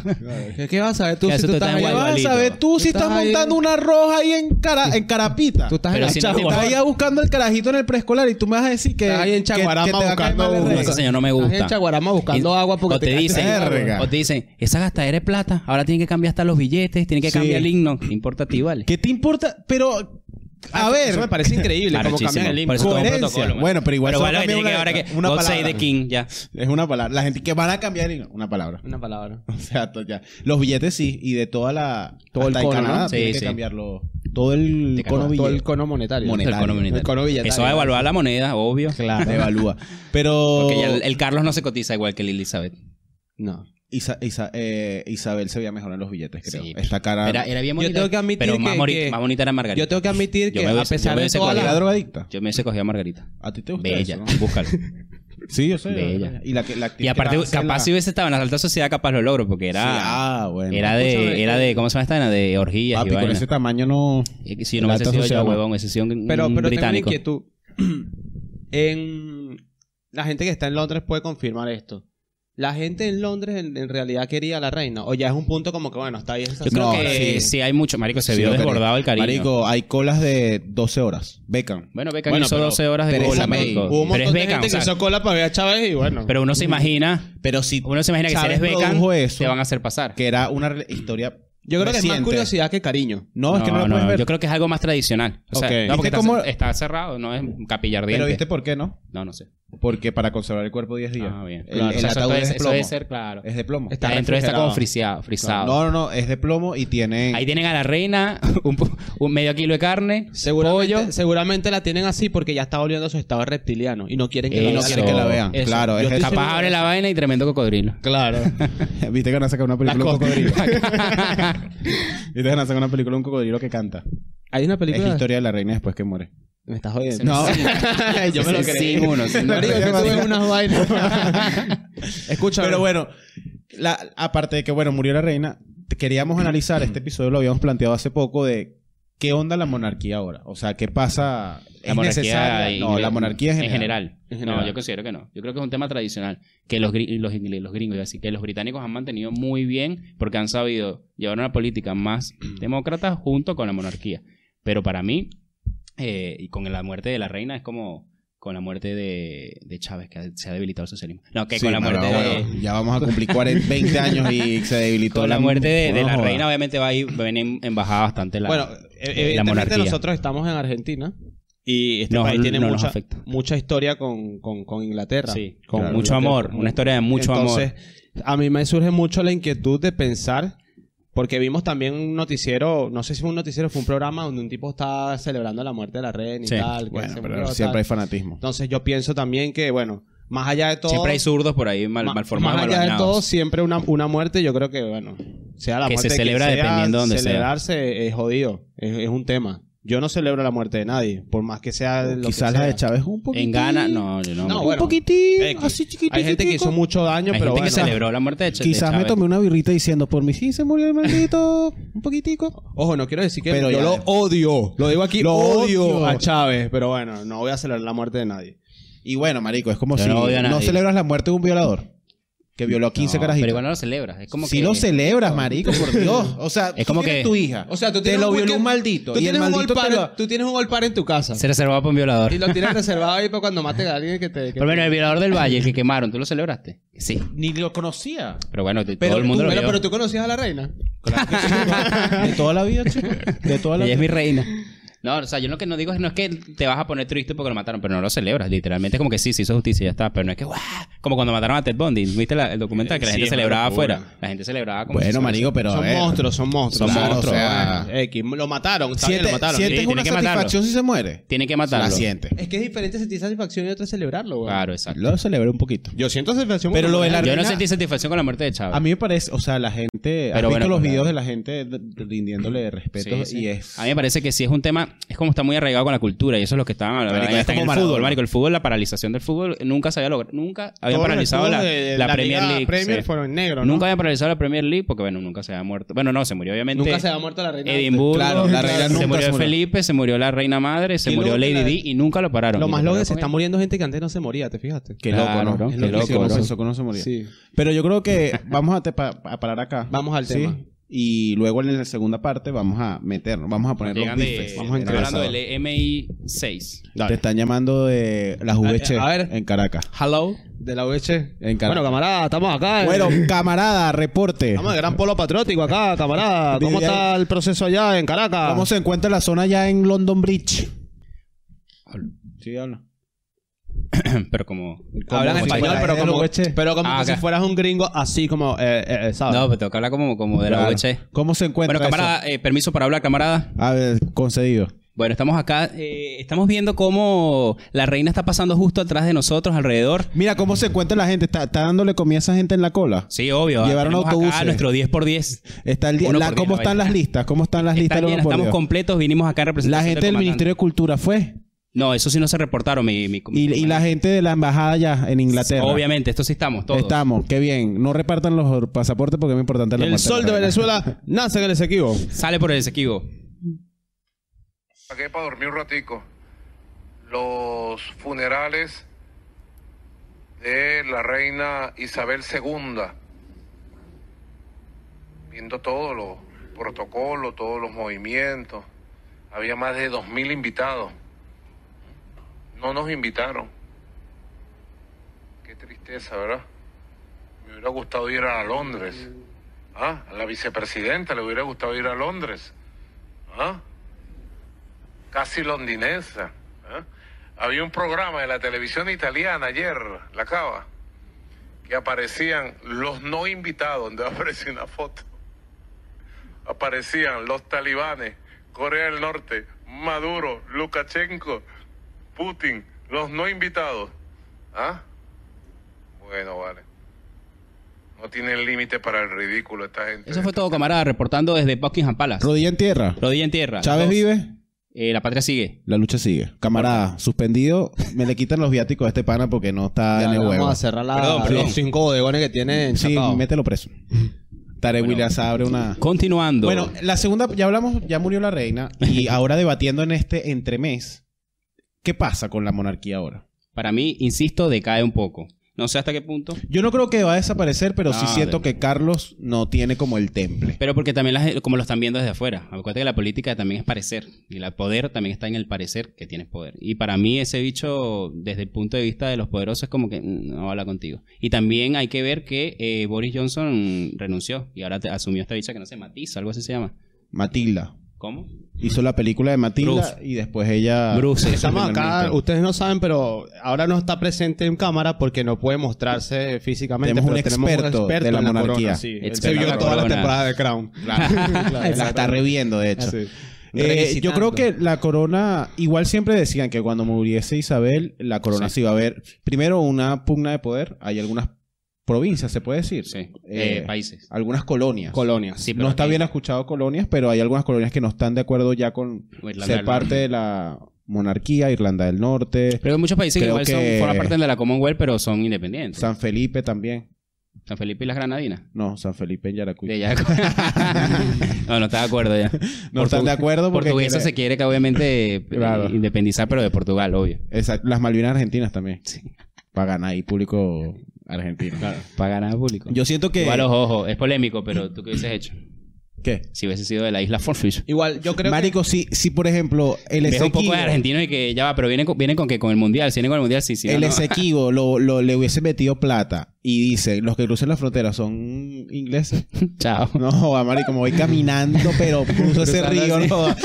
Speaker 3: ¿Qué, qué vas a ver tú
Speaker 4: Que
Speaker 3: si
Speaker 4: eso
Speaker 3: tú
Speaker 4: está
Speaker 2: ¿Qué
Speaker 3: estás
Speaker 4: en
Speaker 3: allá?
Speaker 4: Guayaquil.
Speaker 2: vas a
Speaker 4: igualito.
Speaker 2: saber tú si
Speaker 3: Estás
Speaker 2: estás
Speaker 3: ahí-
Speaker 2: montando una roja ahí en, cara, en Carapita?
Speaker 3: Tú estás
Speaker 4: Pero
Speaker 3: en
Speaker 4: si
Speaker 3: la
Speaker 4: no-
Speaker 2: Estás
Speaker 3: chagua.
Speaker 2: ahí buscando el carajito en el preescolar y tú me vas a decir que.
Speaker 3: Estás ahí en
Speaker 2: que- que
Speaker 3: Chaguarama
Speaker 2: te va a caer
Speaker 3: buscando
Speaker 2: mal el
Speaker 3: un-
Speaker 2: rey.
Speaker 4: *laughs* Esa señora no me
Speaker 3: Estás en
Speaker 4: gusta.
Speaker 3: Chaguarama buscando
Speaker 4: Y-
Speaker 3: agua porque
Speaker 4: o te,
Speaker 3: cae-
Speaker 4: dicen,
Speaker 2: Verga.
Speaker 4: o te dicen, esa gastadera es plata, ahora tienen que cambiar hasta los billetes, tienen que
Speaker 2: Sí.
Speaker 4: cambiar el himno. ¿Qué importa a ti, vale?
Speaker 2: ¿Qué te importa? Pero.
Speaker 4: Ah,
Speaker 2: A ver.
Speaker 3: Eso me parece increíble cómo
Speaker 4: Arrechísimo.
Speaker 3: cambian el himno.
Speaker 4: Por eso todo un
Speaker 2: Coherencia.
Speaker 4: protocolo, man.
Speaker 2: Bueno, pero igual se va a
Speaker 4: bueno, que
Speaker 2: cambiar
Speaker 4: tiene que
Speaker 2: una-
Speaker 4: ahora que
Speaker 2: una
Speaker 4: God Save
Speaker 2: palabra.
Speaker 4: the King, ya.
Speaker 2: Es una palabra. La gente que van a cambiar y no- una palabra.
Speaker 3: Una palabra.
Speaker 2: *laughs* O sea, to- ya. Los billetes sí. Y de toda la.
Speaker 3: Todo el
Speaker 2: hasta en
Speaker 3: cono,
Speaker 2: Canadá
Speaker 4: ¿no? Sí,
Speaker 2: tienen que
Speaker 4: sí.
Speaker 2: cambiarlo. Todo el
Speaker 4: De
Speaker 2: cono
Speaker 4: Canadá,
Speaker 3: Todo
Speaker 2: billete.
Speaker 3: el cono monetario.
Speaker 2: Monetario.
Speaker 4: El cono monetario.
Speaker 3: El cono billetario.
Speaker 4: Eso va a evaluar la moneda, obvio. *laughs*
Speaker 3: Claro.
Speaker 2: Devalúa. Pero.
Speaker 4: Porque ya el, el Carlos no se cotiza igual que el Elizabeth.
Speaker 3: No.
Speaker 2: Isa- Isa- eh, Isabel se veía mejor en los billetes, creo.
Speaker 4: Sí,
Speaker 2: Esta cara.
Speaker 4: Era, era bien
Speaker 3: Yo
Speaker 4: bonita.
Speaker 3: tengo que admitir
Speaker 4: pero más,
Speaker 3: que-
Speaker 4: mori-
Speaker 3: que-
Speaker 4: más bonita era Margarita.
Speaker 3: Yo tengo que admitir
Speaker 4: Yo
Speaker 3: que
Speaker 4: me
Speaker 3: a
Speaker 4: hubiese- yo
Speaker 3: pesar
Speaker 4: me
Speaker 3: de
Speaker 4: hubiese
Speaker 3: todas
Speaker 4: colgado.
Speaker 2: ¿Era
Speaker 3: las...
Speaker 2: drogadicta?
Speaker 4: Yo me hubiese cogido a Margarita.
Speaker 2: ¿A ti te gusta?
Speaker 4: Bella,
Speaker 2: eso, no? *laughs*
Speaker 4: búscala.
Speaker 2: Sí, yo sé.
Speaker 4: Bella.
Speaker 2: Y, la, que- la actriz
Speaker 4: Y aparte,
Speaker 2: que hace
Speaker 4: capaz
Speaker 2: la-
Speaker 4: si hubiese estado en la alta sociedad, capaz lo logro, porque
Speaker 2: Sí,
Speaker 4: era.
Speaker 2: ah, bueno.
Speaker 4: Era
Speaker 3: Escúchame,
Speaker 4: de, era de, ¿cómo se llama esta? vaina? De orgías
Speaker 2: Papi,
Speaker 4: y
Speaker 2: con
Speaker 4: vaina.
Speaker 2: ese tamaño no.
Speaker 4: Es Eh, que Si no
Speaker 2: la
Speaker 4: hubiese
Speaker 2: alta
Speaker 4: sido yo,
Speaker 2: sociedad, no.
Speaker 4: huevón, hubiese sido un,
Speaker 3: Pero,
Speaker 4: un
Speaker 3: pero tengo una
Speaker 4: británico.
Speaker 3: inquietud. *clears throat* En... La gente que está en Londres puede confirmar esto. ¿La gente en Londres en, en realidad quería a la reina? ¿O ya es un punto como que, bueno, está bien esa
Speaker 4: Yo
Speaker 2: No,
Speaker 4: creo que sí.
Speaker 2: sí.
Speaker 4: hay mucho. Marico, se
Speaker 2: Sí,
Speaker 4: vio
Speaker 2: lo quería.
Speaker 4: desbordado el cariño.
Speaker 2: Marico, hay colas de 12 horas. Beckham.
Speaker 4: Bueno, Beckham
Speaker 3: Bueno,
Speaker 4: hizo
Speaker 3: pero
Speaker 4: 12 horas de
Speaker 2: Teresa
Speaker 4: cola,
Speaker 2: May.
Speaker 4: marico.
Speaker 3: Hubo
Speaker 4: Pero
Speaker 3: un montón
Speaker 4: es
Speaker 3: de
Speaker 4: Beckham,
Speaker 3: gente
Speaker 4: o sea,
Speaker 3: que hizo cola para ver a Chávez y bueno.
Speaker 4: Pero uno se imagina,
Speaker 2: Pero si
Speaker 4: uno se imagina que si
Speaker 2: Chávez
Speaker 4: eres Beckham,
Speaker 2: produjo eso,
Speaker 4: te van a hacer pasar.
Speaker 2: que era una re- historia.
Speaker 3: yo creo que es más
Speaker 2: reciente.
Speaker 3: curiosidad que cariño.
Speaker 2: No, es que no lo puedes ver.
Speaker 4: Yo creo que es algo más tradicional. O sea,
Speaker 2: Ok.
Speaker 4: no, porque
Speaker 2: ¿Viste
Speaker 4: está,
Speaker 2: cómo-
Speaker 4: está cerrado, no es capillardiente.
Speaker 2: Pero viste por qué, ¿no?
Speaker 4: No, no sé.
Speaker 2: Porque para conservar el cuerpo 10 días.
Speaker 4: Ah, bien.
Speaker 2: El,
Speaker 4: Claro,
Speaker 2: el
Speaker 4: o sea, eso
Speaker 2: ataúd
Speaker 4: debe-
Speaker 2: es de
Speaker 4: eso
Speaker 2: plomo.
Speaker 4: debe ser, claro.
Speaker 2: Es de plomo.
Speaker 3: Está
Speaker 4: Adentro está como
Speaker 3: refrigerado.
Speaker 4: friseado,
Speaker 2: No,
Speaker 4: frisado.
Speaker 2: no, no. Es de plomo y tiene.
Speaker 4: Ahí tienen a la reina *laughs* un, po- un medio kilo de carne,
Speaker 3: Seguramente,
Speaker 4: pollo.
Speaker 3: seguramente la tienen así porque ya está volviendo a su estado reptiliano y no quieren que,
Speaker 4: Eso.
Speaker 2: y no quieren que la vean.
Speaker 3: Eso.
Speaker 2: Claro,
Speaker 3: Yo
Speaker 2: es
Speaker 3: estoy
Speaker 4: Capaz abre la vaina y tremendo cocodrilo. *laughs*
Speaker 3: Claro.
Speaker 2: eso. *laughs* Viste que van a sacar una película un
Speaker 3: coca.
Speaker 2: cocodrilo. Viste que van a sacar una película un cocodrilo que canta.
Speaker 3: Hay una
Speaker 2: Es la
Speaker 3: película.
Speaker 2: historia de la reina después que muere.
Speaker 3: Me estás
Speaker 2: *laughs*
Speaker 3: jodiendo.
Speaker 2: No. *laughs*
Speaker 3: yo me lo
Speaker 4: Sí,
Speaker 3: creí.
Speaker 4: sí, uno, *laughs* sí, uno.
Speaker 3: Marico, que tú ves unas
Speaker 4: *laughs*
Speaker 3: vainas. Escúchame.
Speaker 2: Pero bueno, la- aparte de que, bueno, murió la reina, te- queríamos analizar, este episodio lo habíamos planteado hace poco, de ¿qué onda la monarquía ahora? O sea, ¿qué pasa?
Speaker 4: La
Speaker 2: ¿Es
Speaker 4: monarquía,
Speaker 2: necesaria?
Speaker 4: y-
Speaker 2: No, la monarquía en
Speaker 4: en
Speaker 2: general.
Speaker 4: general.
Speaker 3: En general.
Speaker 4: No, yo considero que no. Yo creo que es un tema tradicional que los, gri- los, ingleses- los gringos, así que los británicos han mantenido muy bien porque han sabido llevar una política más demócrata junto con la monarquía. Pero para mí, eh, y con la muerte de la reina, es como con la muerte de, de Chávez, que se ha debilitado el socialismo. No, que
Speaker 2: Sí,
Speaker 4: con la
Speaker 2: no,
Speaker 4: muerte
Speaker 2: no,
Speaker 4: de,
Speaker 2: bueno, ya vamos a cumplir
Speaker 4: *laughs*
Speaker 2: 40, 20 años y se debilitó
Speaker 4: con la muerte de, de
Speaker 2: no
Speaker 4: la
Speaker 2: joda.
Speaker 4: reina, obviamente va a ir, va a venir en bajada bastante la.
Speaker 3: bueno, evidentemente
Speaker 4: monarquía.
Speaker 3: nosotros estamos en Argentina y este
Speaker 4: Nos-
Speaker 3: país tiene
Speaker 4: no nos
Speaker 3: mucha,
Speaker 4: afecta.
Speaker 3: mucha historia con, con- con Inglaterra.
Speaker 4: sí,
Speaker 3: Con
Speaker 4: con
Speaker 2: claro.
Speaker 4: mucho amor, una historia de mucho amor.
Speaker 3: amor. A mí me surge mucho la inquietud de pensar, porque vimos también un noticiero, no sé si fue un noticiero, fue un programa donde un tipo está celebrando la muerte de la reina y
Speaker 4: Sí.
Speaker 3: tal. que
Speaker 2: Bueno,
Speaker 3: se
Speaker 2: pero
Speaker 3: murió,
Speaker 2: siempre
Speaker 3: tal.
Speaker 2: hay fanatismo.
Speaker 3: Entonces yo pienso también que, bueno, más allá de todo...
Speaker 4: Siempre hay zurdos por ahí mal,
Speaker 3: ma-
Speaker 4: mal formados,
Speaker 3: Más
Speaker 4: mal
Speaker 3: allá de
Speaker 4: ordenados.
Speaker 3: todo, siempre una, una muerte, yo creo que, bueno, sea la
Speaker 4: Que se
Speaker 3: muerte
Speaker 4: celebra
Speaker 3: quien sea,
Speaker 4: dependiendo de donde sea.
Speaker 3: celebrarse es jodido, es, es un tema. Yo no celebro la muerte de nadie, por más que sea lo que
Speaker 2: Quizás la de
Speaker 3: sea.
Speaker 2: Chávez un poquito.
Speaker 4: En Ghana, no, yo no.
Speaker 3: No,
Speaker 4: me-
Speaker 3: bueno,
Speaker 2: poquitín,
Speaker 3: X. Hay gente que hizo mucho daño,
Speaker 4: Hay
Speaker 3: pero
Speaker 4: gente que
Speaker 3: bueno.
Speaker 4: celebró la muerte de Ch- de
Speaker 2: Quizás me
Speaker 4: Chávez.
Speaker 2: tomé una birrita diciendo, por mí sí se murió el maldito, un poquitico.
Speaker 3: Ojo, no quiero decir que
Speaker 2: Pero
Speaker 3: yo
Speaker 2: ya
Speaker 3: lo
Speaker 2: después.
Speaker 3: odio. Lo digo aquí,
Speaker 2: Lo
Speaker 3: odio,
Speaker 2: odio.
Speaker 3: a Chávez, pero bueno, no voy a celebrar la muerte de nadie.
Speaker 2: Y bueno, marico, es como
Speaker 4: Yo
Speaker 2: si
Speaker 4: no
Speaker 2: no,
Speaker 4: odio a nadie.
Speaker 2: celebras la muerte de un violador que violó a 15
Speaker 4: No,
Speaker 2: carajitos.
Speaker 4: Pero igual no lo celebras. Es como
Speaker 2: si
Speaker 4: que.
Speaker 2: lo celebras, marico, por Dios. O sea,
Speaker 4: *laughs* Es como
Speaker 2: tú tienes
Speaker 4: que-
Speaker 2: tu hija.
Speaker 3: O sea, tú
Speaker 2: te
Speaker 3: tienes
Speaker 2: lo
Speaker 3: un
Speaker 2: violó
Speaker 3: weekend-
Speaker 2: un maldito
Speaker 3: Tú
Speaker 2: y el
Speaker 3: tienes, un
Speaker 2: maldito
Speaker 3: golpar,
Speaker 2: te lo-
Speaker 3: tú tienes un golpar en tu casa.
Speaker 4: Se reservaba para un violador.
Speaker 3: Y lo tienes reservado ahí para cuando mate a alguien que te... que
Speaker 4: Por lo menos el violador del Valle, el que quemaron, ¿tú lo celebraste? Sí.
Speaker 2: ni lo conocía.
Speaker 4: Pero bueno, t-
Speaker 3: Pero,
Speaker 4: todo el mundo
Speaker 3: tú,
Speaker 4: lo
Speaker 3: bueno,
Speaker 4: vio.
Speaker 3: pero tú conocías a la reina.
Speaker 2: *laughs* De toda la vida, chico. De toda la
Speaker 4: Ella es
Speaker 2: vida.
Speaker 4: mi reina. No, o sea, yo lo que no digo es, no es que te vas a poner triste porque lo mataron, pero no lo celebras. Literalmente es como que sí, se hizo justicia, ya está. Pero no es que, ¡guau! Como cuando mataron a Ted Bundy. ¿Viste la- el documental que la
Speaker 3: Sí,
Speaker 4: gente
Speaker 3: es una
Speaker 4: celebraba
Speaker 3: locura.
Speaker 4: afuera? La gente celebraba como. si
Speaker 2: Bueno,
Speaker 4: se-
Speaker 2: marico, pero a
Speaker 3: *laughs* son
Speaker 2: ver.
Speaker 3: monstruos, son monstruos.
Speaker 4: Son
Speaker 3: Claro,
Speaker 4: monstruos,
Speaker 3: o
Speaker 2: o
Speaker 3: sea, X, lo mataron, está bien,
Speaker 2: Siente-
Speaker 3: lo mataron.
Speaker 2: sientes
Speaker 4: Sí, tiene
Speaker 2: una
Speaker 4: que matarlo.
Speaker 2: satisfacción si se muere.
Speaker 4: Tiene que matarlo.
Speaker 2: La sientes.
Speaker 3: Es que es diferente sentir satisfacción y otra celebrarlo, güey.
Speaker 4: Claro, exacto.
Speaker 2: Lo celebré un poquito.
Speaker 3: Yo siento satisfacción.
Speaker 2: Pero
Speaker 3: cuando
Speaker 2: lo de
Speaker 3: me
Speaker 2: la
Speaker 3: dan-
Speaker 4: Yo no
Speaker 2: reina-
Speaker 4: sentí satisfacción con la muerte de Chávez.
Speaker 2: A mí me parece, o sea, la gente. ¿Has
Speaker 4: Pero
Speaker 2: visto
Speaker 4: bueno,
Speaker 2: los
Speaker 4: pues,
Speaker 2: videos
Speaker 4: nada.
Speaker 2: de la gente d- rindiéndole respeto
Speaker 4: Sí, sí.
Speaker 2: y es.
Speaker 4: A mí me parece que sí es un tema, es como está muy arraigado con la cultura y eso es lo que estaban hablando.
Speaker 2: Marico,
Speaker 4: Ahí
Speaker 2: es
Speaker 4: está en
Speaker 2: como
Speaker 4: el fútbol,
Speaker 2: Maradona.
Speaker 4: marico, el fútbol, la paralización del fútbol nunca se había logrado, nunca habían
Speaker 3: todos los
Speaker 4: paralizado la,
Speaker 3: escudos de
Speaker 4: la Premier
Speaker 3: Liga
Speaker 4: League.
Speaker 3: Premier
Speaker 4: sí.
Speaker 3: fueron en negro, ¿no?
Speaker 4: Nunca habían paralizado la Premier League porque bueno, nunca se había muerto. Bueno, no, se murió obviamente.
Speaker 3: Nunca se había muerto la reina.
Speaker 4: Edimburgo,
Speaker 2: Claro, la reina
Speaker 4: se
Speaker 2: nunca
Speaker 4: murió
Speaker 2: se murió.
Speaker 4: Felipe, se murió la reina madre, se
Speaker 3: Y
Speaker 4: murió
Speaker 3: luego
Speaker 4: Lady
Speaker 3: que la-
Speaker 4: D y nunca lo pararon.
Speaker 3: Lo
Speaker 4: Y
Speaker 3: más
Speaker 4: lo
Speaker 3: loco es que se está
Speaker 4: pararon.
Speaker 3: muriendo gente que antes no se moría, ¿te fijaste?
Speaker 2: Qué
Speaker 4: Claro,
Speaker 2: loco, ¿no?
Speaker 4: qué
Speaker 2: Es lo que
Speaker 4: loco,
Speaker 2: se
Speaker 4: bro.
Speaker 2: pensó que no se moría.
Speaker 3: Sí.
Speaker 2: Pero yo creo que *laughs* vamos a, te- pa- a parar acá.
Speaker 3: Vamos al tema.
Speaker 2: Y luego en la segunda parte vamos a meternos, vamos a poner
Speaker 4: Llegan
Speaker 2: los
Speaker 4: de-
Speaker 2: bifes.
Speaker 3: Vamos a
Speaker 2: en
Speaker 4: estoy
Speaker 2: el
Speaker 4: hablando
Speaker 2: asador.
Speaker 4: del MI6.
Speaker 2: Te están llamando de las VC
Speaker 3: a ver.
Speaker 2: en Caracas.
Speaker 3: *laughs* Hello. De la UH.
Speaker 2: En cara-
Speaker 3: Bueno, camarada, estamos acá. eh.
Speaker 2: Bueno, camarada, reporte.
Speaker 3: Estamos en Gran Polo Patriótico acá, camarada. ¿Cómo
Speaker 2: Desde ahí-
Speaker 3: está el proceso allá en Caracas?
Speaker 2: ¿Cómo se encuentra la zona ya en London Bridge? Sí, habla.
Speaker 4: Pero como...
Speaker 3: Hablan
Speaker 2: como-
Speaker 3: español,
Speaker 2: como-
Speaker 3: pero
Speaker 2: de los
Speaker 3: como,
Speaker 2: hueches.
Speaker 3: pero como
Speaker 4: Ah,
Speaker 3: que si
Speaker 4: acá.
Speaker 3: fueras un gringo así como, eh, eh, eh, ¿sabes?
Speaker 4: No, pero tengo que hablar como, como de la
Speaker 2: Claro.
Speaker 4: UH.
Speaker 2: ¿Cómo se encuentra
Speaker 4: Bueno, camarada, eh, permiso para hablar, camarada.
Speaker 2: eso? A ver, concedido.
Speaker 4: Bueno, estamos acá, eh, estamos viendo cómo la reina está pasando justo atrás de nosotros, alrededor.
Speaker 2: Mira cómo se encuentra la gente. ¿Está, está dándole comida a esa gente en la cola?
Speaker 4: Sí, obvio. ah,
Speaker 2: Llevaron
Speaker 4: tenemos acá
Speaker 2: autobuses.
Speaker 4: nuestro 10x10.
Speaker 2: Está el día-
Speaker 4: Uno
Speaker 2: la-
Speaker 4: por
Speaker 2: ¿Cómo
Speaker 4: día,
Speaker 2: están
Speaker 4: vaya.
Speaker 2: las listas? ¿Cómo están las listas?
Speaker 4: Está
Speaker 2: del
Speaker 4: bien,
Speaker 2: uno por
Speaker 4: estamos
Speaker 2: día?
Speaker 4: completos, vinimos acá en
Speaker 2: La
Speaker 4: representación
Speaker 2: gente del
Speaker 4: comandante.
Speaker 2: Ministerio de Cultura fue.
Speaker 4: No, eso sí no se reportaron, mi... mi-
Speaker 2: Y,
Speaker 4: mi-
Speaker 2: y la gente de la embajada ya en Inglaterra.
Speaker 4: Obviamente, esto sí estamos, todos.
Speaker 2: Estamos, qué bien. No repartan los pasaportes porque es muy importante la
Speaker 3: El
Speaker 2: muerte
Speaker 3: sol de
Speaker 2: la reina.
Speaker 3: Venezuela nace en el Esequibo.
Speaker 4: Sale por el Esequibo.
Speaker 5: Aquí para dormir un ratico. Los funerales de la reina Isabel II. Viendo todos los protocolos, todos los movimientos. Había más de 2.000 invitados. No nos invitaron. Qué tristeza, ¿verdad? Me hubiera gustado ir a Londres. ¿Ah? A la vicepresidenta le hubiera gustado ir a Londres. ¿Ah? casi londinense. ¿eh? Había un programa de la televisión italiana ayer, la cava, que aparecían los no invitados, donde *laughs* aparecía una foto. Aparecían los talibanes, Corea del Norte, Maduro, Lukashenko, Putin, los no invitados. ¿Ah? Bueno, vale. No tienen límite para el ridículo esta gente.
Speaker 4: Eso fue todo, camarada, reportando desde Buckingham Palace.
Speaker 2: Rodilla en tierra.
Speaker 4: Rodilla en tierra.
Speaker 2: Chávez
Speaker 4: Dos.
Speaker 2: vive.
Speaker 4: Eh, la patria sigue.
Speaker 2: La lucha sigue. Camarada, suspendido. Me le quitan los viáticos a este pana porque no está
Speaker 3: Ya,
Speaker 2: en el
Speaker 3: vamos
Speaker 2: huevo.
Speaker 3: a cerrar la,
Speaker 4: Perdón, perdón.
Speaker 3: los cinco bodegones que tiene en
Speaker 2: Sí,
Speaker 3: Chacao.
Speaker 2: mételo preso. Tarewilas abre una...
Speaker 4: Continuando.
Speaker 2: Bueno, la segunda, ya hablamos, ya murió la reina. Y ahora debatiendo en este entremés, ¿qué pasa con la monarquía ahora?
Speaker 4: para mí, insisto, decae un poco. No sé hasta qué punto.
Speaker 2: Yo no creo que va a desaparecer, pero sí
Speaker 4: Ah,
Speaker 2: siento
Speaker 4: dale.
Speaker 2: que Carlos no tiene como el temple.
Speaker 4: Pero porque también, las- como lo están viendo desde afuera, acuérdate que la política también es parecer. Y el poder también está en el parecer que tienes poder. Y para mí, ese bicho, desde el punto de vista de los poderosos, es como que mm, no habla contigo. Y también hay que ver que eh, Boris Johnson renunció y ahora te- asumió esta bicha que no sé, Matiz, algo así se llama.
Speaker 2: Matilda.
Speaker 4: ¿Cómo?
Speaker 2: Hizo la película de Matilda
Speaker 4: Bruce.
Speaker 2: y después ella...
Speaker 4: Bruce.
Speaker 2: fue
Speaker 4: Estamos
Speaker 3: Estamos
Speaker 2: primer
Speaker 3: acá,
Speaker 2: ministro.
Speaker 3: ustedes no saben, pero ahora no está presente en cámara porque no puede mostrarse físicamente.
Speaker 2: Tenemos
Speaker 3: pero
Speaker 2: un experto de la
Speaker 3: en
Speaker 2: monarquía.
Speaker 3: corona, sí. Él
Speaker 4: Experto
Speaker 3: se
Speaker 4: en
Speaker 3: vio
Speaker 4: la
Speaker 3: toda la
Speaker 4: corona.
Speaker 3: temporada de *laughs* Crown.
Speaker 2: La está reviendo, de hecho.
Speaker 3: Ah, Sí.
Speaker 2: Eh, yo
Speaker 6: Revisitando.
Speaker 2: creo que la corona, igual siempre decían que cuando muriese Isabel, la corona se iba a ver, primero, una pugna de poder. Hay algunas provincias, se puede decir.
Speaker 4: Sí.
Speaker 2: Eh,
Speaker 4: Eh, países.
Speaker 2: Algunas colonias.
Speaker 3: Colonias.
Speaker 4: Sí, pero
Speaker 2: no está
Speaker 4: aquí-
Speaker 2: bien escuchado colonias, pero hay algunas colonias que no están de acuerdo ya con
Speaker 4: O Irlanda
Speaker 2: ser
Speaker 4: del
Speaker 2: parte
Speaker 4: Norte.
Speaker 2: de la monarquía, Irlanda del Norte,
Speaker 4: Pero hay muchos países que
Speaker 2: Creo
Speaker 4: igual son,
Speaker 2: que-
Speaker 4: forman parte de la Commonwealth, pero son independientes. San,
Speaker 2: San Felipe también.
Speaker 4: Felipe y las Granadinas.
Speaker 2: No, San Felipe en Yaracuy.
Speaker 4: De ya- *laughs* no, no está de acuerdo ya.
Speaker 2: No están de acuerdo porque
Speaker 4: Portuguesa
Speaker 2: quiere-
Speaker 4: se quiere que obviamente eh,
Speaker 2: Claro.
Speaker 4: independizar, pero de Portugal, obvio.
Speaker 2: Exacto, las Malvinas Argentinas también.
Speaker 4: Sí.
Speaker 2: Para ganar ahí público argentino.
Speaker 4: Para ganar público.
Speaker 2: Yo siento que...
Speaker 4: Igual, ojo, ojo, es polémico, pero ¿tú qué hubieses hecho?
Speaker 2: ¿Qué?
Speaker 4: Si hubieses sido de la isla Forfish.
Speaker 3: Igual, yo creo
Speaker 2: Marico, si, si por ejemplo el
Speaker 4: Es un poco de
Speaker 2: Esequibo,
Speaker 4: argentino y que ya va, pero vienen con, vienen con que con el mundial, si vienen con el mundial, sí, sí. no,
Speaker 2: el
Speaker 4: no.
Speaker 2: Esequibo
Speaker 4: *laughs*
Speaker 2: lo, lo- le hubiese metido plata y dice, los que crucen la frontera son ingleses.
Speaker 4: Chao. *laughs*
Speaker 2: No, joda, marico, me voy caminando, pero cruzo ese
Speaker 4: Cruzando
Speaker 2: río.
Speaker 4: así.
Speaker 2: no joda.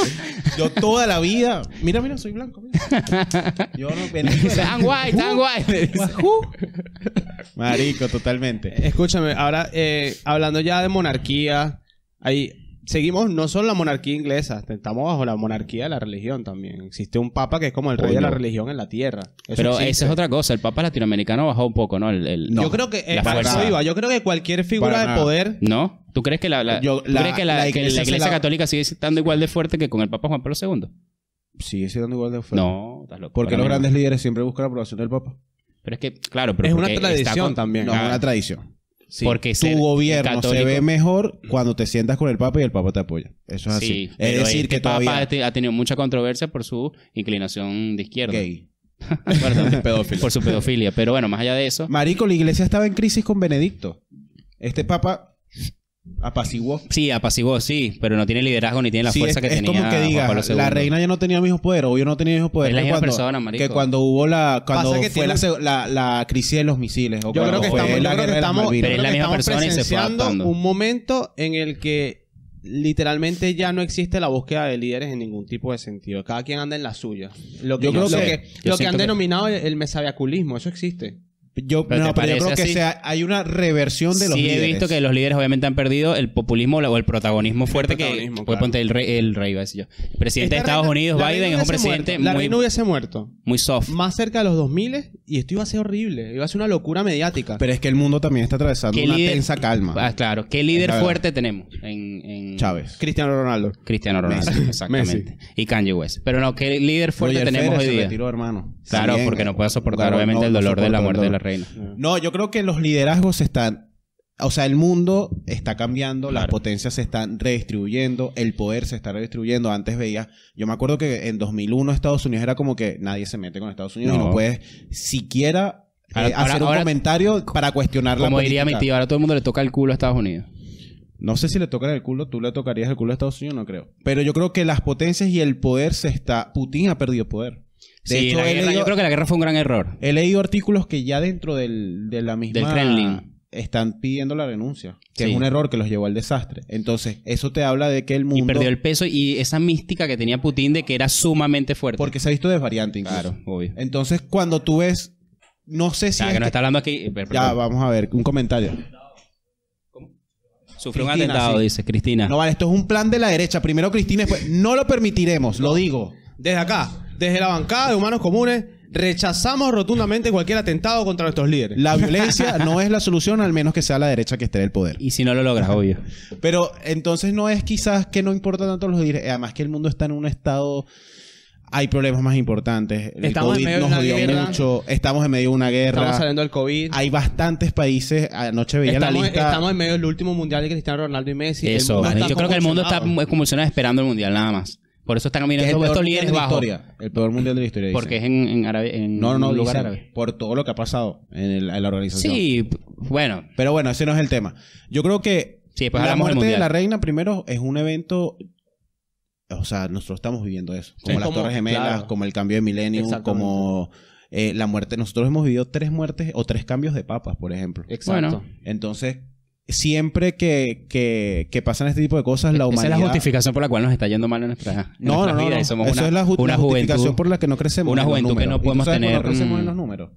Speaker 2: Yo toda la vida... Mira, mira, soy blanco. mira. Yo no... Venezuela. *laughs*
Speaker 4: Tan guay, tan guay. le dice.
Speaker 2: Marico, totalmente.
Speaker 3: *laughs* Escúchame, ahora eh, hablando ya de monarquía, ahí seguimos no solo la monarquía inglesa, estamos bajo la monarquía de la religión también. Existe un papa que es como el rey de la
Speaker 4: Coño.
Speaker 3: religión en la tierra. Eso
Speaker 4: Pero
Speaker 3: existe.
Speaker 4: esa es otra cosa. El papa latinoamericano bajó un poco, ¿no? El, el-
Speaker 2: No.
Speaker 3: yo creo que eh,
Speaker 4: La
Speaker 3: para eso
Speaker 4: fuerza.
Speaker 3: iba, yo creo que cualquier figura
Speaker 2: Para
Speaker 3: de
Speaker 2: nada.
Speaker 3: poder
Speaker 4: ¿No? ¿Tú crees que la, la-
Speaker 2: Yo-
Speaker 4: ¿tú
Speaker 2: la-
Speaker 4: crees que la,
Speaker 2: la
Speaker 4: que la
Speaker 2: iglesia
Speaker 4: iglesia,
Speaker 2: se la-
Speaker 4: católica sigue estando igual de fuerte que con el Papa Juan Pablo II?
Speaker 2: Sigue siendo igual de fuerte.
Speaker 4: No, estás loco.
Speaker 2: Pues, Porque
Speaker 4: Para
Speaker 2: los
Speaker 4: mí no.
Speaker 2: grandes líderes siempre buscan la aprobación del Papa.
Speaker 4: Pero es que, claro, pero
Speaker 3: es una
Speaker 4: porque está
Speaker 3: tradición
Speaker 4: con- Ah,
Speaker 3: también.
Speaker 2: No, es
Speaker 4: Claro.
Speaker 2: una tradición. Sí.
Speaker 4: Porque
Speaker 2: tu
Speaker 4: ser
Speaker 2: gobierno se
Speaker 4: católico-
Speaker 2: ve mejor cuando te sientas con el Papa y el Papa te apoya. Eso es
Speaker 4: Sí,
Speaker 2: así. Es
Speaker 4: pero
Speaker 2: decir,
Speaker 4: este
Speaker 2: que
Speaker 4: papa
Speaker 2: todavía
Speaker 4: te- ha tenido mucha controversia por su inclinación de izquierda.
Speaker 2: gay.
Speaker 4: Perdón,
Speaker 2: *laughs* Pedófilo.
Speaker 4: Por su pedofilia. Pero bueno, más allá de eso,
Speaker 2: Marico, la iglesia estaba en crisis con Benedicto. Este Papa apaciguó.
Speaker 4: sí, apaciguó, sí, pero no tiene liderazgo ni tiene la
Speaker 2: Sí, es,
Speaker 4: fuerza que
Speaker 2: es
Speaker 4: tenía
Speaker 2: como que
Speaker 4: Juan Pablo
Speaker 2: diga,
Speaker 4: II.
Speaker 2: la reina ya no tenía el mismo poder, o yo no tenía el mismo poder.
Speaker 4: Es la
Speaker 2: que
Speaker 4: misma
Speaker 2: cuando-
Speaker 4: persona, marico.
Speaker 2: Que cuando hubo la, cuando
Speaker 3: Pasa que
Speaker 2: fue la,
Speaker 3: tiene-
Speaker 2: seg- la- la crisis de los misiles. O
Speaker 3: Yo
Speaker 2: cuando
Speaker 3: creo que
Speaker 2: fue
Speaker 3: estamos,
Speaker 2: la
Speaker 3: yo creo
Speaker 2: guerra
Speaker 3: que
Speaker 2: de las
Speaker 3: estamos, yo
Speaker 4: Pero
Speaker 2: Malvinas.
Speaker 4: es
Speaker 3: creo
Speaker 4: la
Speaker 3: que
Speaker 4: misma
Speaker 3: estamos
Speaker 4: persona y se fue
Speaker 3: presenciando
Speaker 4: adaptando.
Speaker 3: un momento en el que literalmente ya no existe la búsqueda de líderes en ningún tipo de sentido. Cada quien anda en la suya. Lo que,
Speaker 2: Yo creo
Speaker 3: lo
Speaker 2: que-
Speaker 4: yo
Speaker 3: lo que
Speaker 4: siento
Speaker 3: han
Speaker 4: que-
Speaker 3: denominado el, el mesabiaculismo, eso existe.
Speaker 2: Yo,
Speaker 4: ¿Pero
Speaker 2: no,
Speaker 4: te
Speaker 2: pero yo
Speaker 4: parece
Speaker 2: creo que
Speaker 4: así?
Speaker 2: sea- hay una reversión de los
Speaker 4: sí,
Speaker 2: líderes.
Speaker 4: he visto que los líderes obviamente han perdido el populismo o el protagonismo fuerte
Speaker 3: protagonismo,
Speaker 4: que. Pues
Speaker 3: claro.
Speaker 4: ponte el rey, el rey, iba a decir yo. El presidente de
Speaker 3: Esta
Speaker 4: Estados
Speaker 3: reina-
Speaker 4: Unidos,
Speaker 3: la
Speaker 4: Biden,
Speaker 3: reina
Speaker 4: es un
Speaker 3: hubiese
Speaker 4: presidente
Speaker 3: muerto. La
Speaker 4: muy,
Speaker 3: reina hubiese muerto.
Speaker 4: muy soft.
Speaker 3: Más cerca de los 2000 y esto iba a ser horrible. Iba a ser una locura mediática.
Speaker 2: Pero es que el mundo también está atravesando
Speaker 4: ¿Qué
Speaker 2: una
Speaker 4: líder-
Speaker 2: tensa calma.
Speaker 4: Ah, claro. ¿Qué líder
Speaker 2: Es verdad.
Speaker 4: fuerte tenemos en, en-
Speaker 2: Chávez.
Speaker 3: Cristiano Ronaldo.
Speaker 4: Cristiano Ronaldo, exactamente. Y Kanye West. Pero no, ¿qué líder fuerte
Speaker 2: Roger
Speaker 4: tenemos
Speaker 2: Federer
Speaker 4: hoy
Speaker 2: se
Speaker 4: día?
Speaker 2: retiró, hermano.
Speaker 4: Claro,
Speaker 2: También,
Speaker 4: porque no puede soportar
Speaker 2: claro,
Speaker 4: obviamente
Speaker 2: no,
Speaker 4: el
Speaker 2: no
Speaker 4: dolor de la
Speaker 2: soporta
Speaker 4: muerte de
Speaker 2: el
Speaker 4: la
Speaker 2: dolor.
Speaker 4: reina.
Speaker 2: No, yo creo que los liderazgos están... O sea, el mundo está cambiando, las
Speaker 4: Claro.
Speaker 2: potencias se están redistribuyendo, el poder se está redistribuyendo. Antes veía, yo me acuerdo que en 2001 Estados Unidos era como que nadie se mete con Estados Unidos y no
Speaker 4: No.
Speaker 2: puedes siquiera eh,
Speaker 4: Ahora- ahora-
Speaker 2: hacer un
Speaker 4: ahora-
Speaker 2: comentario para cuestionar la
Speaker 4: Como diría mi
Speaker 2: política.
Speaker 4: tío, ahora todo el mundo le toca el culo a Estados Unidos.
Speaker 2: No sé si le tocan el culo, tú le tocarías el culo a Estados Unidos, no creo. Pero yo creo que las potencias y el poder se está. Putin ha perdido poder. De
Speaker 4: sí,
Speaker 2: hecho,
Speaker 4: la
Speaker 2: he
Speaker 4: guerra-
Speaker 2: leído,
Speaker 4: yo creo que la guerra fue un gran error.
Speaker 2: he leído artículos que ya dentro del, de la misma.
Speaker 4: Del Kremlin.
Speaker 2: Están pidiendo la renuncia, que
Speaker 4: Sí.
Speaker 2: es un error que los llevó al desastre. Entonces, eso te habla de que el mundo.
Speaker 4: Y perdió el peso y esa mística que tenía Putin de que era sumamente fuerte.
Speaker 2: Porque se ha visto desvariante incluso.
Speaker 4: claro, obvio.
Speaker 2: Entonces, cuando tú ves. No sé si.
Speaker 4: Ya,
Speaker 2: es
Speaker 4: que no
Speaker 2: que-
Speaker 4: está hablando aquí. eh, per-
Speaker 2: ya,
Speaker 4: perdón.
Speaker 2: vamos a ver, un comentario.
Speaker 4: Sufrió un
Speaker 2: Cristina,
Speaker 4: atentado,
Speaker 2: sí.
Speaker 4: dice Cristina.
Speaker 2: No, vale, esto es un plan de la derecha. Primero Cristina, después. No lo permitiremos, lo digo.
Speaker 3: Desde acá, desde la bancada de Humanos Comunes, rechazamos rotundamente cualquier atentado contra nuestros líderes.
Speaker 2: La violencia no es la solución, al menos que sea la derecha que esté en el poder.
Speaker 4: Y si no lo logras, obvio.
Speaker 2: Pero entonces no es quizás que no importa tanto los líderes. Además que el mundo está en un estado Hay problemas más importantes. El
Speaker 3: Estamos
Speaker 2: COVID
Speaker 3: en medio de
Speaker 2: nos
Speaker 3: una
Speaker 2: jodió
Speaker 3: guerra.
Speaker 2: mucho. Estamos en medio de una
Speaker 3: Estamos
Speaker 2: guerra.
Speaker 3: saliendo del COVID.
Speaker 2: Hay bastantes países. Anoche veía
Speaker 3: Estamos,
Speaker 2: la lista.
Speaker 3: estamos en medio del último mundial de Cristiano Ronaldo y Messi. El
Speaker 4: Eso.
Speaker 3: mundo está
Speaker 4: Yo creo que el mundo está
Speaker 3: convulsionado.
Speaker 4: muy convulsionado esperando el mundial, nada más. Por eso están
Speaker 2: que es el
Speaker 4: mirando
Speaker 2: peor
Speaker 4: estos
Speaker 2: mundial
Speaker 4: líderes
Speaker 2: de la
Speaker 4: bajos.
Speaker 2: historia. El peor mundial de la historia. dicen.
Speaker 4: Porque es en, en, Arabia- en
Speaker 2: no, no, no,
Speaker 4: un lugar
Speaker 2: dicen,
Speaker 4: árabe.
Speaker 2: por todo lo que ha pasado en, el- en la organización.
Speaker 4: Sí, p- bueno.
Speaker 2: Pero bueno, ese no es el tema. Yo creo que
Speaker 4: Sí, después
Speaker 2: la
Speaker 4: pues hablamos del
Speaker 2: muerte de
Speaker 4: mundial.
Speaker 2: la reina, primero, es un evento. O sea, nosotros estamos viviendo eso. Como
Speaker 3: Sí.
Speaker 2: las
Speaker 3: Como-
Speaker 2: Torres Gemelas,
Speaker 3: claro.
Speaker 2: como el cambio de milenio,
Speaker 3: Exactamente.
Speaker 2: como eh, la muerte. Nosotros hemos vivido tres muertes o tres cambios de papas, por ejemplo.
Speaker 4: Eh,
Speaker 3: Exacto.
Speaker 4: Bueno.
Speaker 2: Entonces, siempre que, que, que pasan este tipo de cosas, la
Speaker 4: Esa es
Speaker 2: humanidad.
Speaker 4: la justificación por la cual nos está yendo mal en nuestra, en
Speaker 2: no, no,
Speaker 4: nuestras
Speaker 2: no,
Speaker 4: vidas.
Speaker 2: no.
Speaker 4: Y somos
Speaker 2: Eso
Speaker 4: una,
Speaker 2: es la, ju-
Speaker 4: una
Speaker 2: la justificación
Speaker 4: juventud.
Speaker 2: por la que no crecemos.
Speaker 4: una
Speaker 2: en los
Speaker 4: juventud que
Speaker 2: números.
Speaker 4: no
Speaker 2: ¿Y tú
Speaker 4: podemos
Speaker 2: sabes por qué
Speaker 4: tener,
Speaker 2: No crecemos en
Speaker 4: mm.
Speaker 2: los números.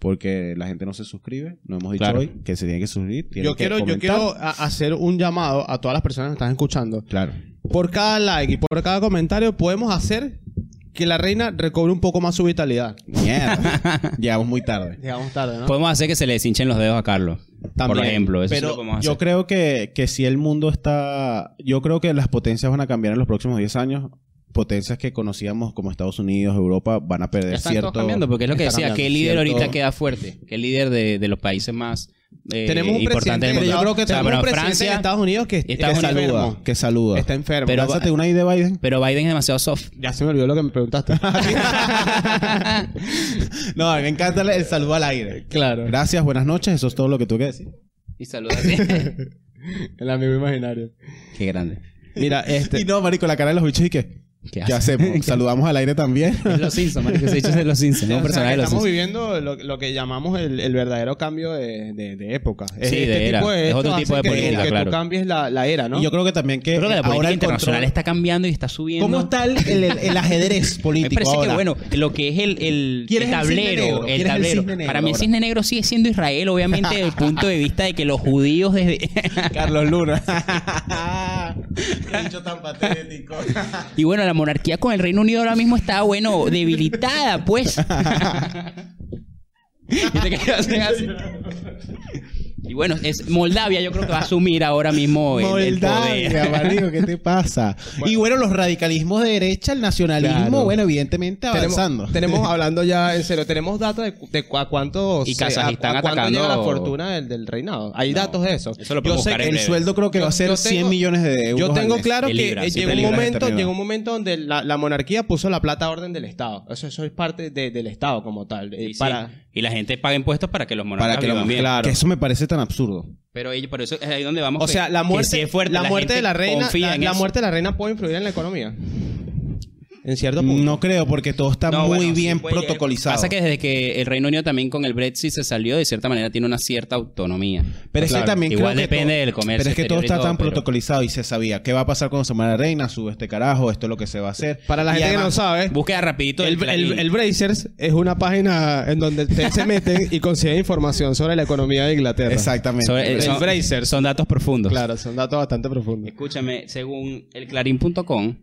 Speaker 2: Porque la gente no se suscribe. No hemos dicho
Speaker 4: Claro.
Speaker 2: hoy que se tiene que suscribir. tienen
Speaker 3: Yo
Speaker 2: que
Speaker 3: quiero, yo
Speaker 2: comentar.
Speaker 3: quiero a- hacer un llamado a todas las personas que están escuchando.
Speaker 2: Claro.
Speaker 3: Por cada like y por cada comentario podemos hacer que la reina recobre un poco más su vitalidad.
Speaker 4: *laughs*
Speaker 2: Mierda. Llegamos muy tarde.
Speaker 3: Llegamos tarde, ¿no?
Speaker 4: Podemos hacer que se le deshinchen los dedos a Carlos. por
Speaker 2: También,
Speaker 4: ejemplo. Eso sí lo
Speaker 2: pero
Speaker 4: podemos hacer.
Speaker 2: yo creo que, que si el mundo está. Yo creo que las potencias van a cambiar en los próximos 10 años. Potencias que conocíamos como Estados Unidos, Europa, van a
Speaker 4: Ya
Speaker 2: perder
Speaker 4: están
Speaker 2: cierto.
Speaker 4: todos
Speaker 2: *laughs*
Speaker 4: cambiando, porque es lo que
Speaker 2: está
Speaker 4: decía.
Speaker 2: cambiando
Speaker 4: ¿Qué líder
Speaker 2: cierto-
Speaker 4: ahorita queda fuerte? ¿Qué líder de, de los países más eh,
Speaker 3: tenemos un
Speaker 4: importantes
Speaker 3: presidente,
Speaker 4: del
Speaker 3: de-
Speaker 4: mundo?
Speaker 3: yo creo que
Speaker 4: O sea,
Speaker 3: tenemos un
Speaker 4: bueno,
Speaker 3: presidente de
Speaker 4: Francia,
Speaker 3: Estados Unidos que,
Speaker 4: Estados
Speaker 2: Que
Speaker 4: Unidos
Speaker 3: que está
Speaker 2: saluda,
Speaker 3: enfermo.
Speaker 2: que saluda.
Speaker 3: Está enfermo.
Speaker 4: Pero-
Speaker 2: Lánzate una ahí de Biden.
Speaker 4: pero Biden es demasiado soft.
Speaker 3: ya se me olvidó lo que
Speaker 4: *laughs*
Speaker 3: me preguntaste. *laughs*
Speaker 2: No, me encanta el saludo al aire.
Speaker 3: claro.
Speaker 2: Gracias, buenas noches. Eso es todo lo que tuve que decir.
Speaker 4: *laughs* Y saludate.
Speaker 3: El amigo imaginario.
Speaker 4: *laughs* Qué grande.
Speaker 3: Mira, este...
Speaker 2: Y no, marico, la cara de los bichos y que.
Speaker 4: ¿Qué
Speaker 2: ¿Qué,
Speaker 4: hace?
Speaker 2: hacemos?
Speaker 4: *laughs*
Speaker 2: Saludamos al aire también.
Speaker 4: Es los Simpsons, marico. Se ha dicho es los Simpsons. Es un
Speaker 3: O sea, que
Speaker 4: personaje de los Simpsons.
Speaker 3: estamos viviendo lo, lo que llamamos el, el verdadero cambio de, de- de época. este
Speaker 4: Sí, de era. Es
Speaker 3: hechos
Speaker 4: otro tipo de
Speaker 3: hacen que-
Speaker 4: política,
Speaker 3: que
Speaker 4: claro.
Speaker 3: tú cambies la, la era, ¿no?
Speaker 2: Y yo creo que también que.
Speaker 4: Yo creo que la
Speaker 2: ahora
Speaker 4: política
Speaker 2: el
Speaker 4: internacional
Speaker 2: control-
Speaker 4: está cambiando y está subiendo.
Speaker 2: ¿Cómo está el, el- el ajedrez
Speaker 4: *laughs* Me
Speaker 2: político?
Speaker 4: parece que,
Speaker 2: ahora?
Speaker 4: bueno, lo que es el, el,
Speaker 2: ¿Quién
Speaker 4: el
Speaker 2: es el cisne
Speaker 4: tablero,
Speaker 2: negro?
Speaker 4: el
Speaker 2: ¿Quién es el
Speaker 4: tablero.
Speaker 2: cisne negro
Speaker 4: Para mí el
Speaker 2: ahora?
Speaker 4: cisne negro sigue siendo Israel, obviamente, desde el punto de vista de que los judíos desde...
Speaker 2: Carlos
Speaker 4: *laughs*
Speaker 2: Luna. *laughs* Qué bicho tan patético.
Speaker 4: y bueno, la monarquía con el Reino Unido ahora mismo está, bueno,
Speaker 2: *laughs*
Speaker 4: debilitada, pues. y, te quedas así. Y bueno, es Moldavia yo creo que va a asumir ahora mismo el, el
Speaker 2: Moldavia,
Speaker 4: poder.
Speaker 2: marico, ¿qué te pasa? Y bueno, los radicalismos de derecha, el nacionalismo,
Speaker 3: Claro.
Speaker 2: bueno, evidentemente avanzando. *laughs*
Speaker 3: Tenemos, tenemos hablando ya en serio, tenemos datos de, cu- de cu- a cuánto
Speaker 4: Y
Speaker 3: se- a-
Speaker 4: Kazajistán
Speaker 3: a cuánto
Speaker 4: atacando-
Speaker 3: llega la fortuna del, del reinado. Hay datos de eso.
Speaker 4: Eso lo
Speaker 3: yo
Speaker 4: podemos
Speaker 3: sé
Speaker 4: buscar en
Speaker 3: que
Speaker 2: el
Speaker 4: breve.
Speaker 2: sueldo creo que va a
Speaker 3: Yo-
Speaker 2: ser
Speaker 3: yo
Speaker 2: 100
Speaker 3: tengo-
Speaker 2: millones de euros.
Speaker 3: yo tengo
Speaker 2: al mes.
Speaker 3: claro
Speaker 4: De
Speaker 3: que
Speaker 4: libras,
Speaker 3: eh,
Speaker 4: sí,
Speaker 3: llegó
Speaker 4: de
Speaker 3: un
Speaker 4: libras
Speaker 3: momento,
Speaker 2: determinado.
Speaker 3: llegó un momento donde la, la monarquía puso la plata a orden del Estado. Eso, eso es parte de- del Estado como tal. eh,
Speaker 4: Y, sí,
Speaker 3: para
Speaker 4: y la gente paga impuestos para que los monarcas
Speaker 2: Para que, lo
Speaker 4: vivan bien.
Speaker 2: claro. que eso me parece tan absurdo.
Speaker 4: Pero ellos, por eso es ahí donde vamos.
Speaker 3: o
Speaker 4: que-
Speaker 3: sea, la
Speaker 4: que
Speaker 3: muerte,
Speaker 4: sí es fuerte,
Speaker 3: la muerte
Speaker 4: gente
Speaker 3: de la reina,
Speaker 4: confía
Speaker 3: la,
Speaker 4: en
Speaker 3: la
Speaker 4: eso.
Speaker 3: muerte de la reina puede influir en la economía. En cierto punto.
Speaker 2: No creo, porque todo está
Speaker 4: No,
Speaker 2: muy
Speaker 4: bueno, sí
Speaker 2: bien
Speaker 4: puede llegar.
Speaker 2: protocolizado.
Speaker 4: Pasa que desde que el Reino Unido también con el Brexit se salió, de cierta manera tiene una cierta autonomía. Pues
Speaker 2: Pero es
Speaker 4: Claro.
Speaker 2: que también
Speaker 4: Igual
Speaker 2: creo que
Speaker 4: depende
Speaker 2: todo-
Speaker 4: del comercio.
Speaker 2: Pero es que todo está
Speaker 4: exterior y
Speaker 2: tan
Speaker 4: pero-
Speaker 2: protocolizado y se sabía qué va a pasar cuando se muera la reina, sube este carajo, esto es lo que se va a hacer.
Speaker 3: Para la
Speaker 2: Y
Speaker 3: gente que no
Speaker 2: además-
Speaker 3: sabe,
Speaker 4: Búsqueda rapidito. del
Speaker 3: el, el,
Speaker 4: Clarín.
Speaker 3: el Brazers es una página en donde ustedes
Speaker 4: *laughs*
Speaker 3: se meten y consiguen información sobre la economía de Inglaterra.
Speaker 2: Exactamente.
Speaker 4: Sobre- eh,
Speaker 3: el
Speaker 4: son,
Speaker 3: Brazers.
Speaker 4: son datos profundos.
Speaker 3: Claro, son datos bastante profundos.
Speaker 4: Escúchame, según el clarín.com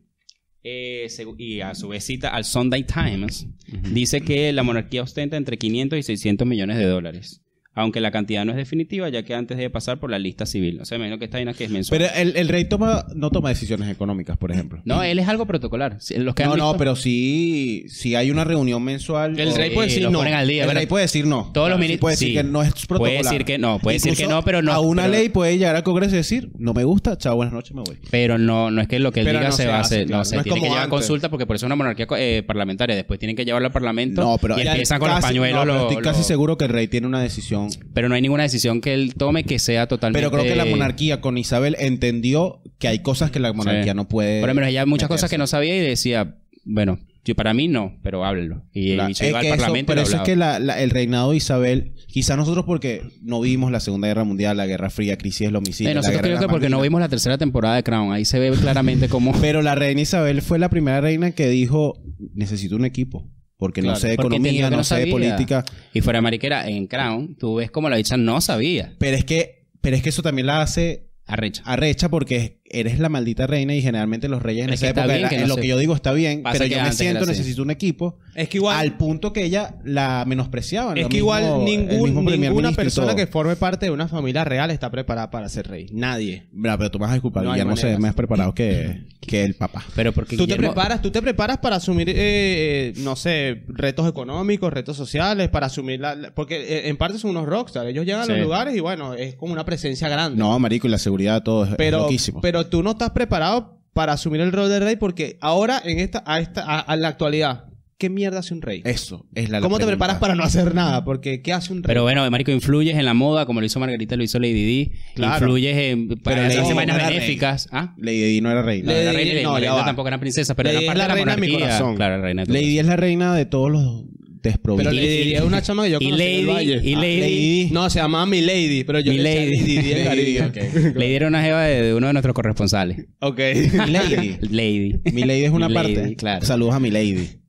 Speaker 4: eh, segu- y a su vez cita al Sunday Times, dice que la monarquía ostenta entre 500 y 600 millones de dólares. Aunque la cantidad no es definitiva, ya que antes debe pasar por la lista civil. O sea, me imagino que esta vaina que es mensual.
Speaker 2: Pero el, el rey toma, no toma decisiones económicas, por ejemplo.
Speaker 4: no, él es algo protocolar. Si- Los que han
Speaker 2: No, no,
Speaker 4: visto-
Speaker 2: pero sí, sí hay una reunión mensual.
Speaker 3: El
Speaker 2: o-
Speaker 3: rey puede
Speaker 4: Eh,
Speaker 3: decir
Speaker 4: lo
Speaker 3: no.
Speaker 4: ponen al día.
Speaker 2: el
Speaker 4: bueno,
Speaker 2: rey puede decir no.
Speaker 4: Todos los
Speaker 2: Sí
Speaker 4: mini-
Speaker 2: puede decir
Speaker 4: sí.
Speaker 2: que no es protocolar.
Speaker 4: Puede decir que no, puede decir
Speaker 2: Incluso
Speaker 4: que no, pero no-
Speaker 2: A una
Speaker 4: pero-
Speaker 2: ley puede llegar al Congreso y decir, no me gusta, chao, buenas noches, me voy.
Speaker 4: Pero no, no es que lo que él
Speaker 3: Pero
Speaker 4: diga
Speaker 3: no
Speaker 4: se
Speaker 3: se
Speaker 4: va a
Speaker 3: hace,
Speaker 4: hacer.
Speaker 3: claro.
Speaker 4: No, se
Speaker 3: No es
Speaker 4: tiene que
Speaker 3: como
Speaker 4: llevar
Speaker 3: antes.
Speaker 4: consulta porque por eso es una monarquía eh, parlamentaria. Después tienen que llevarlo al parlamento
Speaker 2: No, pero
Speaker 4: y
Speaker 2: Ya
Speaker 4: empiezan con los
Speaker 2: casi-
Speaker 4: pañuelos.
Speaker 2: no, pero
Speaker 4: lo-
Speaker 2: estoy casi
Speaker 4: lo-
Speaker 2: seguro que el rey tiene una decisión.
Speaker 4: pero no hay ninguna decisión que él tome que sea totalmente...
Speaker 2: Pero creo que la monarquía con Isabel entendió que hay cosas que la monarquía
Speaker 4: Sí.
Speaker 2: no puede.
Speaker 4: Por lo menos ella muchas cosas
Speaker 2: meterse.
Speaker 4: que no sabía y decía, bueno, yo para mí no, pero háblenlo. Y el
Speaker 2: La-
Speaker 4: bicho
Speaker 2: es
Speaker 4: iba al
Speaker 2: que eso-
Speaker 4: parlamento y
Speaker 2: pero
Speaker 4: lo
Speaker 2: eso es
Speaker 4: hablaba.
Speaker 2: que la- la- el reinado de Isabel, quizás nosotros porque no vimos la Segunda Guerra Mundial, la Guerra Fría, crisis de los
Speaker 4: Eh,
Speaker 2: misiles. la
Speaker 4: nosotros
Speaker 2: guerra de
Speaker 4: creo
Speaker 2: las
Speaker 4: que porque no
Speaker 2: Malvinas.
Speaker 4: vimos la tercera temporada de Crown. Ahí se ve claramente cómo...
Speaker 2: *laughs* Pero la reina Isabel fue la primera reina que dijo: Necesito un equipo. Porque no
Speaker 4: Claro,
Speaker 2: sé de
Speaker 4: porque entendió
Speaker 2: economía,
Speaker 4: que
Speaker 2: no, sé de
Speaker 4: sabía.
Speaker 2: política.
Speaker 4: Y fuera de mariquera, en Crown, tú ves como la bicha no sabía.
Speaker 2: Pero es que, pero es que eso también la hace
Speaker 4: Arrecha.
Speaker 2: arrecha porque es, eres la maldita reina y generalmente los reyes en
Speaker 4: Es
Speaker 2: esa
Speaker 4: que está
Speaker 2: época
Speaker 4: bien
Speaker 2: era-
Speaker 4: que
Speaker 2: en
Speaker 4: no
Speaker 2: lo
Speaker 4: se-
Speaker 2: que yo digo está bien,
Speaker 4: Pasa
Speaker 2: pero
Speaker 4: que
Speaker 2: yo me
Speaker 4: antes era
Speaker 2: siento
Speaker 4: así.
Speaker 2: necesito un equipo
Speaker 3: Es que igual.
Speaker 2: al punto que ella la menospreciaban.
Speaker 3: Es
Speaker 2: lo
Speaker 3: que
Speaker 2: mismo-
Speaker 3: igual
Speaker 2: el
Speaker 3: ningún-
Speaker 2: mismo primer
Speaker 3: ninguna
Speaker 2: ministro y
Speaker 3: persona
Speaker 2: todo.
Speaker 3: que forme parte de una familia real está preparada para ser rey. Nadie.
Speaker 2: Mira, pero tú me vas a disculpar,
Speaker 3: No hay
Speaker 2: ya no sé,
Speaker 3: maneras.
Speaker 2: más preparado
Speaker 4: *laughs*
Speaker 2: que, que el papá.
Speaker 4: Pero porque
Speaker 3: Tú te,
Speaker 4: Guillermo-
Speaker 3: preparas, tú te preparas para asumir, eh, eh, no sé, retos económicos, retos sociales, para asumir la... la- porque eh, en parte son unos rockstar. Ellos llegan a
Speaker 4: Sí.
Speaker 3: los lugares y bueno, es como una presencia grande.
Speaker 2: No, marico, y la seguridad todo es, es
Speaker 3: pero,
Speaker 2: loquísimo.
Speaker 3: pero tú no estás preparado para asumir el rol de rey porque ahora, en esta, a, esta, a, a la actualidad, ¿qué mierda hace un rey?
Speaker 2: Eso es la
Speaker 3: ¿Cómo te
Speaker 2: pregunta.
Speaker 3: preparas para no hacer nada? Porque ¿qué hace un rey?
Speaker 4: Pero bueno, marico, influyes en la moda, como lo hizo Margarita, lo hizo Lady Di.
Speaker 2: Claro.
Speaker 4: Influyes en... Para
Speaker 2: Lady
Speaker 4: hacer
Speaker 2: Di
Speaker 4: vainas
Speaker 2: no era reina.
Speaker 4: benéficas. ¿Ah?
Speaker 2: Lady Di no era reina.
Speaker 4: No,
Speaker 3: Lady
Speaker 4: la
Speaker 3: Di-
Speaker 4: reina, y
Speaker 3: no,
Speaker 4: la
Speaker 3: ya
Speaker 4: reina
Speaker 3: va.
Speaker 4: tampoco era princesa, pero
Speaker 3: Lady
Speaker 4: era
Speaker 3: Di
Speaker 4: parte
Speaker 3: es la
Speaker 4: de la
Speaker 3: reina de mi
Speaker 4: monarquía.
Speaker 3: corazón.
Speaker 4: Claro, la reina de tu
Speaker 2: Lady Di es la reina de todos los
Speaker 3: Pero
Speaker 2: desprovistos.
Speaker 3: Lady Di es una chama que yo
Speaker 4: Y
Speaker 3: conocí en el
Speaker 4: Lady-
Speaker 3: Valle.
Speaker 4: y
Speaker 3: Ah,
Speaker 4: Lady-
Speaker 3: No, se llamaba Milady, pero yo
Speaker 4: Mi
Speaker 3: le decía
Speaker 4: Lady.
Speaker 3: Lady Di en
Speaker 2: Lady, *laughs*
Speaker 3: Caribe.
Speaker 4: Le dieron una jeva de, de uno de nuestros corresponsales.
Speaker 3: Ok.
Speaker 2: Milady.
Speaker 4: Lady.
Speaker 2: Milady es una
Speaker 4: Milady,
Speaker 2: parte.
Speaker 4: claro.
Speaker 2: Saludos a Milady.